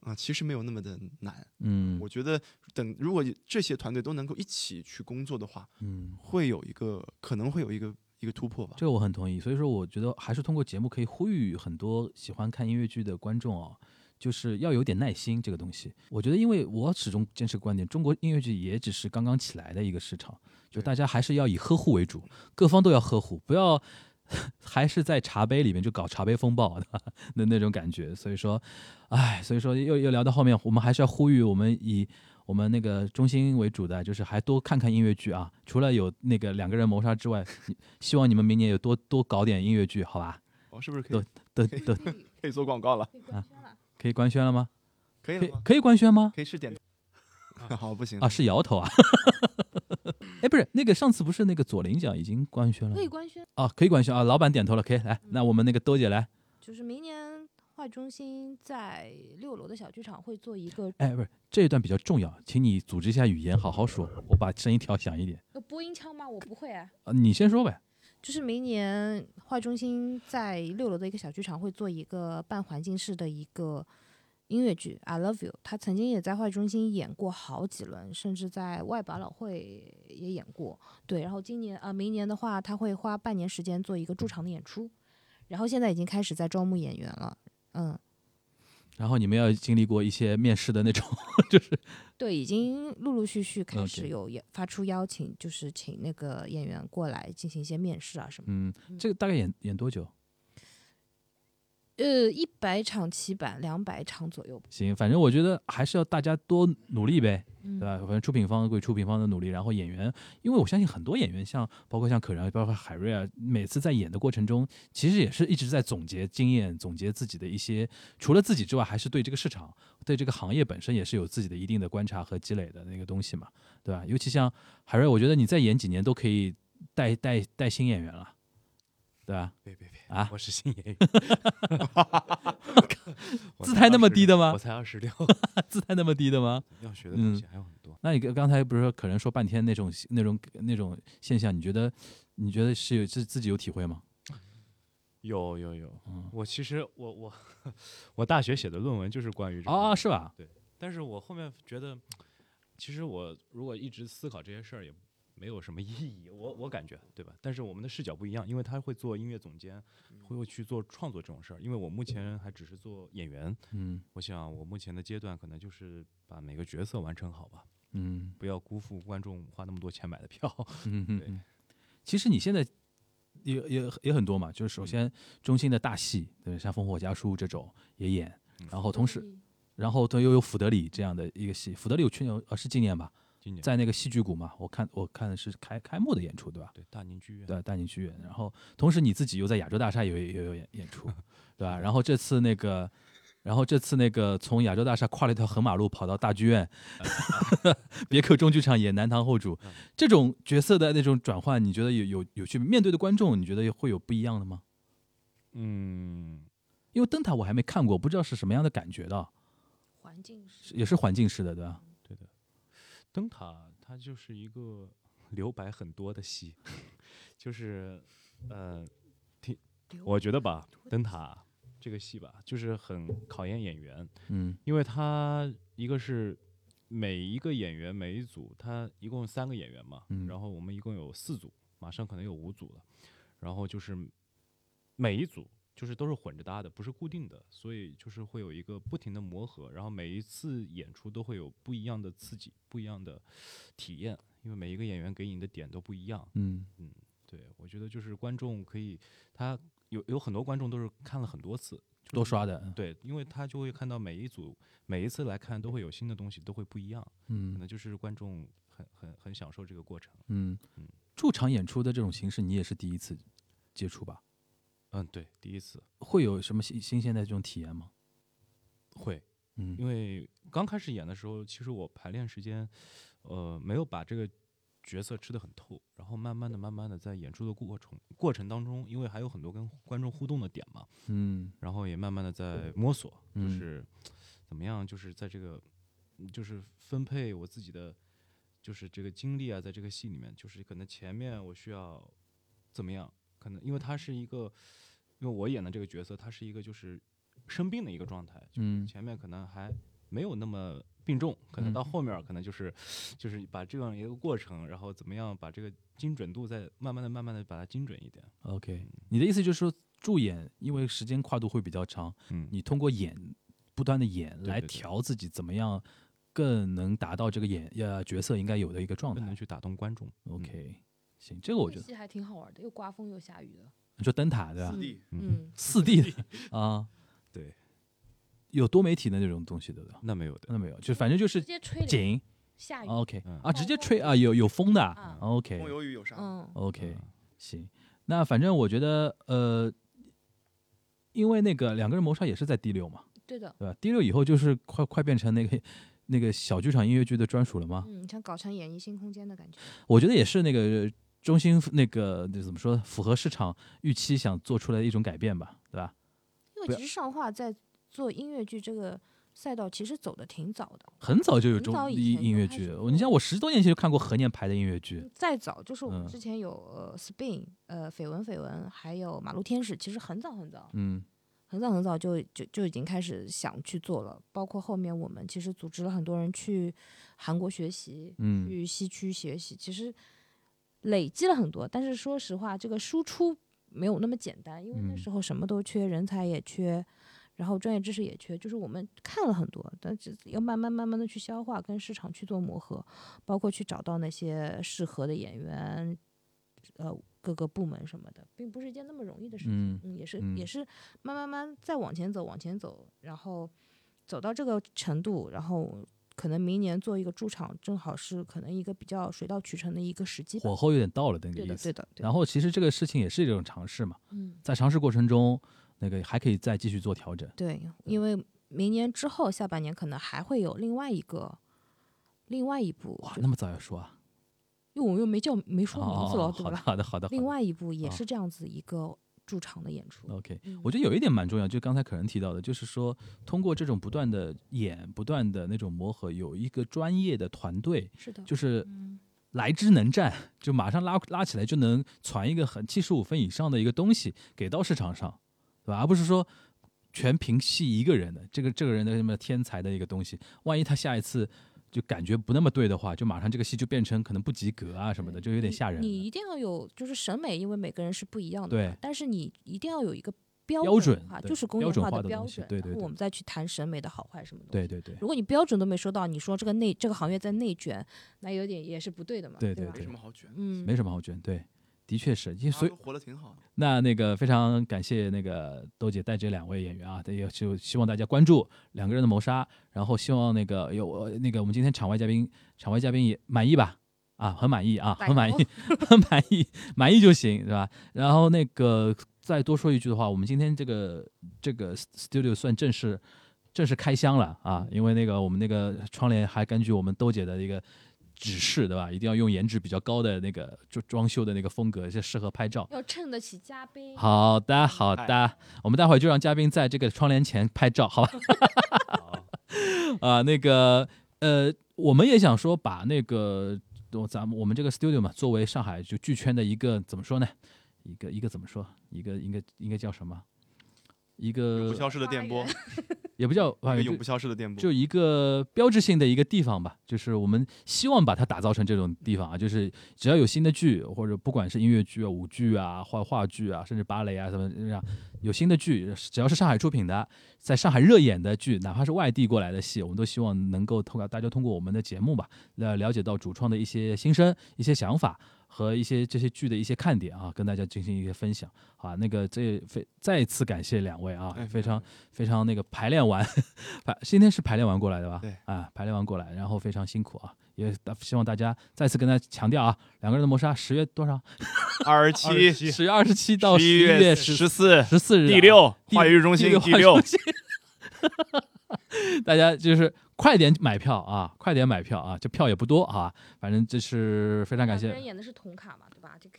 啊、其实没有那么的难。嗯我觉得等如果这些团队都能够一起去工作的话，嗯，会有一个可能会有一个一个突破吧。这个我很同意。所以说，我觉得还是通过节目可以呼吁很多喜欢看音乐剧的观众哦，就是要有点耐心这个东西。我觉得，因为我始终坚持观点，中国音乐剧也只是刚刚起来的一个市场，就对大家还是要以呵护为主，各方都要呵护，不要 还是在茶杯里面就搞茶杯风暴的那那种感觉。所以说，唉，所以说又又聊到后面，我们还是要呼吁我们以。我们那个中心为主的，就是还多看看音乐剧啊。除了有那个两个人谋杀之外，你希望你们明年有多多搞点音乐剧，好吧？哦，是不是可以都都可以做广告了？可以官宣了吗？可以可以了吗？可以官宣吗？可以是点头。 好，不行啊，，是摇头 啊！哎，不是，那个上次不是那个左领奖已经官宣了可吗以官宣，啊？可以官宣啊！老板点头了，可以来。那我们那个兜姐来，就是明年话剧中心在六楼的小剧场会做一个哎，不是这一段比较重要，请你组织一下语嗯言，好好说。我把声音调响一点。呃播音腔吗？我不会啊。啊，你先说呗。就是明年话剧中心在六楼的一个小剧场会做一个半环境式的一个音乐剧《I Love You》，他曾经也在话剧中心演过好几轮，甚至在外百老汇也演过。对，然后今年啊、呃明年的话，他会花半年时间做一个驻场的演出，然后现在已经开始在招募演员了。嗯，然后你们要经历过一些面试的那种， 就是对，已经陆陆续续开 OK 始有也发出邀请，就是请那个演员过来进行一些面试啊什么的。嗯，这个大概演演多久？呃，一百场起版，两百场左右吧。行，反正我觉得还是要大家多努力呗，嗯对吧？反正出品方归出品方的努力，然后演员，因为我相信很多演员像，包括像可燃，包括海瑞啊，每次在演的过程中，其实也是一直在总结经验，总结自己的一些，除了自己之外，还是对这个市场、对这个行业本身也是有自己的一定的观察和积累的那个东西嘛，对吧？尤其像海瑞，我觉得你再演几年都可以带带带新演员了，对吧？ 别别别啊，我是新演 员姿态那么低的吗我才二十 六，姿态那么低的吗？要学的东西还有很多。那你刚刚才不是说可能说半天那种那种那种现象，你觉得你觉得是有是自己有体会吗？有有有，嗯我其实我我 我大学写的论文就是关于这个啊，是吧？但是我后面觉得，其实我如果一直思考这些事儿，也没有什么意义。我我感觉，对吧？但是我们的视角不一样，因为他会做音乐总监，会去做创作这种事儿。因为我目前还只是做演员，嗯我想我目前的阶段可能就是把每个角色完成好吧，嗯不要辜负观众花那么多钱买的票。 嗯嗯对嗯。其实你现在也也也很多嘛，就是首先中心的大戏，对，像《烽火家书》这种也演，嗯然后同时然后都又有《福德里》这样的一个戏，《福德里》我去年呃是今年吧，今年在那个戏剧谷嘛，我看我看是开开幕的演出对吧？对大宁剧院，对，带你去演。然后同时你自己又在亚洲大厦也有也有演演 出，对吧？然后这次那个，然后这次那个从亚洲大厦跨了一条横马路跑到大剧 院，别克中剧场演南唐后主，这种角色的那种转换，你觉得有有有去面对的观众，你觉得会有不一样的吗？嗯，因为灯塔我还没看过，不知道是什么样的感觉的，环境是是也是环境式的，对吧？对的，灯塔它就是一个 留白很多的戏， 就是呃，挺我觉得吧，灯塔这个戏吧，就是很考验演员，嗯因为它一个是每一个演员每一组，它一共三个演员嘛，嗯然后我们一共有四组，马上可能有五组了，然后就是每一组就是都是混着搭的，不是固定的，所以就是会有一个不停的磨合，然后每一次演出都会有不一样的刺激，不一样的体验，因为每一个演员给你的点都不一样。嗯对我觉得就是观众可以，他有有很多观众都是看了很多次，就是多刷的，对，因为他就会看到每一组，每一次来看都会有新的东西，都会不一样，可嗯能就是观众很很很享受这个过程。嗯，驻场演出的这种形式，你也是第一次接触吧？嗯，对，第一次会有什么新新鲜的这种体验吗？会，嗯因为刚开始演的时候，其实我排练时间，呃，没有把这个角色吃得很透，然后慢慢的、慢慢的在演出的过程过程当中，因为还有很多跟观众互动的点嘛，嗯然后也慢慢的在摸索，就嗯是怎么样，就是在这个，嗯就是分配我自己的，就是这个精力啊，在这个戏里面，就是可能前面我需要怎么样，可能因为他是一个，因为我演的这个角色，他是一个就是生病的一个状态，嗯前面可能还没有那么病重，可能嗯到后面儿可能就是、就是把这样一个过程，然后怎么样把这个精准度再慢慢的、慢慢的把它精准一点。 ，OK，你的意思就是说助演，因为时间跨度会比较长，嗯，你通过演不断的演对来对对调自己，怎么样更能达到这个演呃角色应该有的一个状更能态去打动观众。嗯？OK，行，这个我觉得戏还挺好玩的，又刮风又下雨的。你说灯塔对吧？ D 嗯，四 D 的啊，对，有多媒体的那种东西的，对吧那没有的，那没有，就反正就直是接吹脸景下雨。 ，OK 嗯啊，直接吹啊，有有风的啊啊，OK 风有雨有沙。嗯， OK，嗯行，那反正我觉得呃，因为那个两个人谋杀也是在 D 六嘛，对的。对吧？D 六以后就是快快变成那个那个小剧场音乐剧的专属了吗？嗯，像搞成演艺新空间的感觉。我觉得也是那个中心那个那怎么说，符合市场预期想做出来的一种改变吧，对吧？因为不其实上画在做音乐剧这个赛道，其实走的挺早的。很早就有很中早以音前音就乐开剧始了，做你像我十多年前就看过何年排的音乐剧，再早就是我嗯们之前有呃 Spin，呃绯闻绯闻，还有马路天使，其实很早很早，嗯很早很早就就就已经开始想去做了。包括后面我们其实组织了很多人去韩国学习，嗯去西区学习，其实累积了很多。但是说实话，这个输出没有那么简单，因为那嗯时候什么都缺，人才也缺，然后专业知识也缺，就是我们看了很多，但是要慢慢慢慢的去消化，跟市场去做磨合，包括去找到那些适合的演员，呃，各个部门什么的，并不是一件那么容易的事情。嗯嗯，也是、嗯也是慢慢慢再往前走，往前走，然后走到这个程度，然后可能明年做一个驻场，正好是可能一个比较水到渠成的一个时机吧。火候有点到了那个对意的，思对。的，对的。然后其实这个事情也是一种尝试嘛，嗯，在尝试过程中，那个还可以再继续做调整。对，嗯因为明年之后下半年可能还会有另外一个。另外一部，哇，就那么早要说啊？因为我又没叫没说名字哦，了，对好的吧？好的好的。哦另外一部也啊是这样子一个驻场的演出， OK，嗯我觉得有一点蛮重要，就刚才可能提到的，就是说通过这种不断的演、不断的那种磨合，有一个专业的团队，是的，就是嗯，来之能战，就马上拉拉起来就能传一个很七十五分以上的一个东西给到市场上，对吧？而不是说全凭戏一个人的这个这个人的什么天才的一个东西，万一他下一次就感觉不那么对的话，就马上这个戏就变成可能不及格啊什么的，对就有点你吓人你了。一定要有就是审美，因为每个人是不一样的，对，但是你一定要有一个标标准准化，对就是工标业准化化的的标东西准，对对然后对我们再去谈审美的好坏什么的。对对对，如果你标准都没说到，你说这个内这个行业在内卷，那有点也是不对的嘛，对对吧对没什么好卷，嗯，没什么好卷，对，的确是，因为大所家以都活得挺好的。那那个非常感谢那个豆姐带这两位演员啊，也就希望大家关注两个人的谋杀，然后希望那个有呃那个我们今天场外嘉宾，场外嘉宾也满意吧？啊，很满意啊，奶很满意，很满意，满意就行，对吧？然后那个再多说一句的话，我们今天这个这个 studio 算正式正式开箱了啊，因为那个我们那个窗帘还根据我们豆姐的一个指示，对吧？一定要用颜值比较高的那个就装修的那个风格，就适合拍照。要衬得起嘉宾。好的，好的，我们待会儿就让嘉宾在这个窗帘前拍照，好吧？ 啊、那个，呃，我们也想说把那个，我咱们我们这个 studio 嘛，作为上海就剧圈的一个怎么说呢？一个一个怎么说？一个应该应该叫什么？一永个不消逝的电波，也不叫一啊个就永不消逝的电波。就一个标志性的一个地方吧，就是我们希望把它打造成这种地方啊，就是只要有新的剧，或者不管是音乐剧啊、舞剧啊、话话剧啊，甚至芭蕾啊什么这样，有新的剧，只要是上海出品的，在上海热演的剧，哪怕是外地过来的戏，我们都希望能够通过大家通过我们的节目吧，了了解到主创的一些心声、一些想法。和一些这些剧的一些看点啊，跟大家进行一些分享啊。那个这非再次感谢两位啊，哎非常非常那个排练完，排今天是排练完过来的吧？对啊，排练完过来，然后非常辛苦啊，也希望大家再次跟大家强调啊，两个人的谋杀十月多少？ 二十七十月二十七到一一月十十四，十四日啊、第六第话语中第心六第六话剧中心 大家就是快点买票啊，快点买票啊，这票也不多啊，反正这是非常感两个人谢，演的是童卡嘛，对吧？这个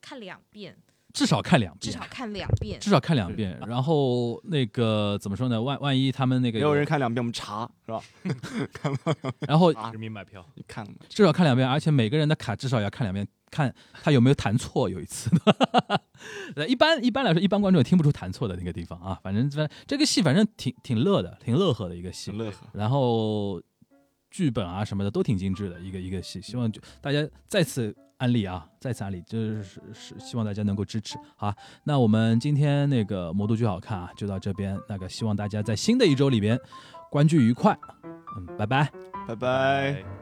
看两遍，至少看两至遍少。看两遍，至少看两遍，然后那个怎么说呢？万万一他们那个没有人看两遍，我们查是吧？然后啊人民买票，你看了吗？至少看两遍，而且每个人的卡至少也要看两遍，看他有没有弹错。有一次， 呃，一般一般来说，一般观众也听不出弹错的那个地方啊。反正反这个戏反正挺挺乐的，挺乐呵的一个戏很。乐呵。然后剧本啊什么的都挺精致的一个一个戏，希望就大家再次安利啊，再次安利，就是是是希望大家能够支持好啊。那我们今天那个《魔都剧好看》啊，就到这边。那个希望大家在新的一周里边观剧愉快，嗯，拜拜。拜拜。哎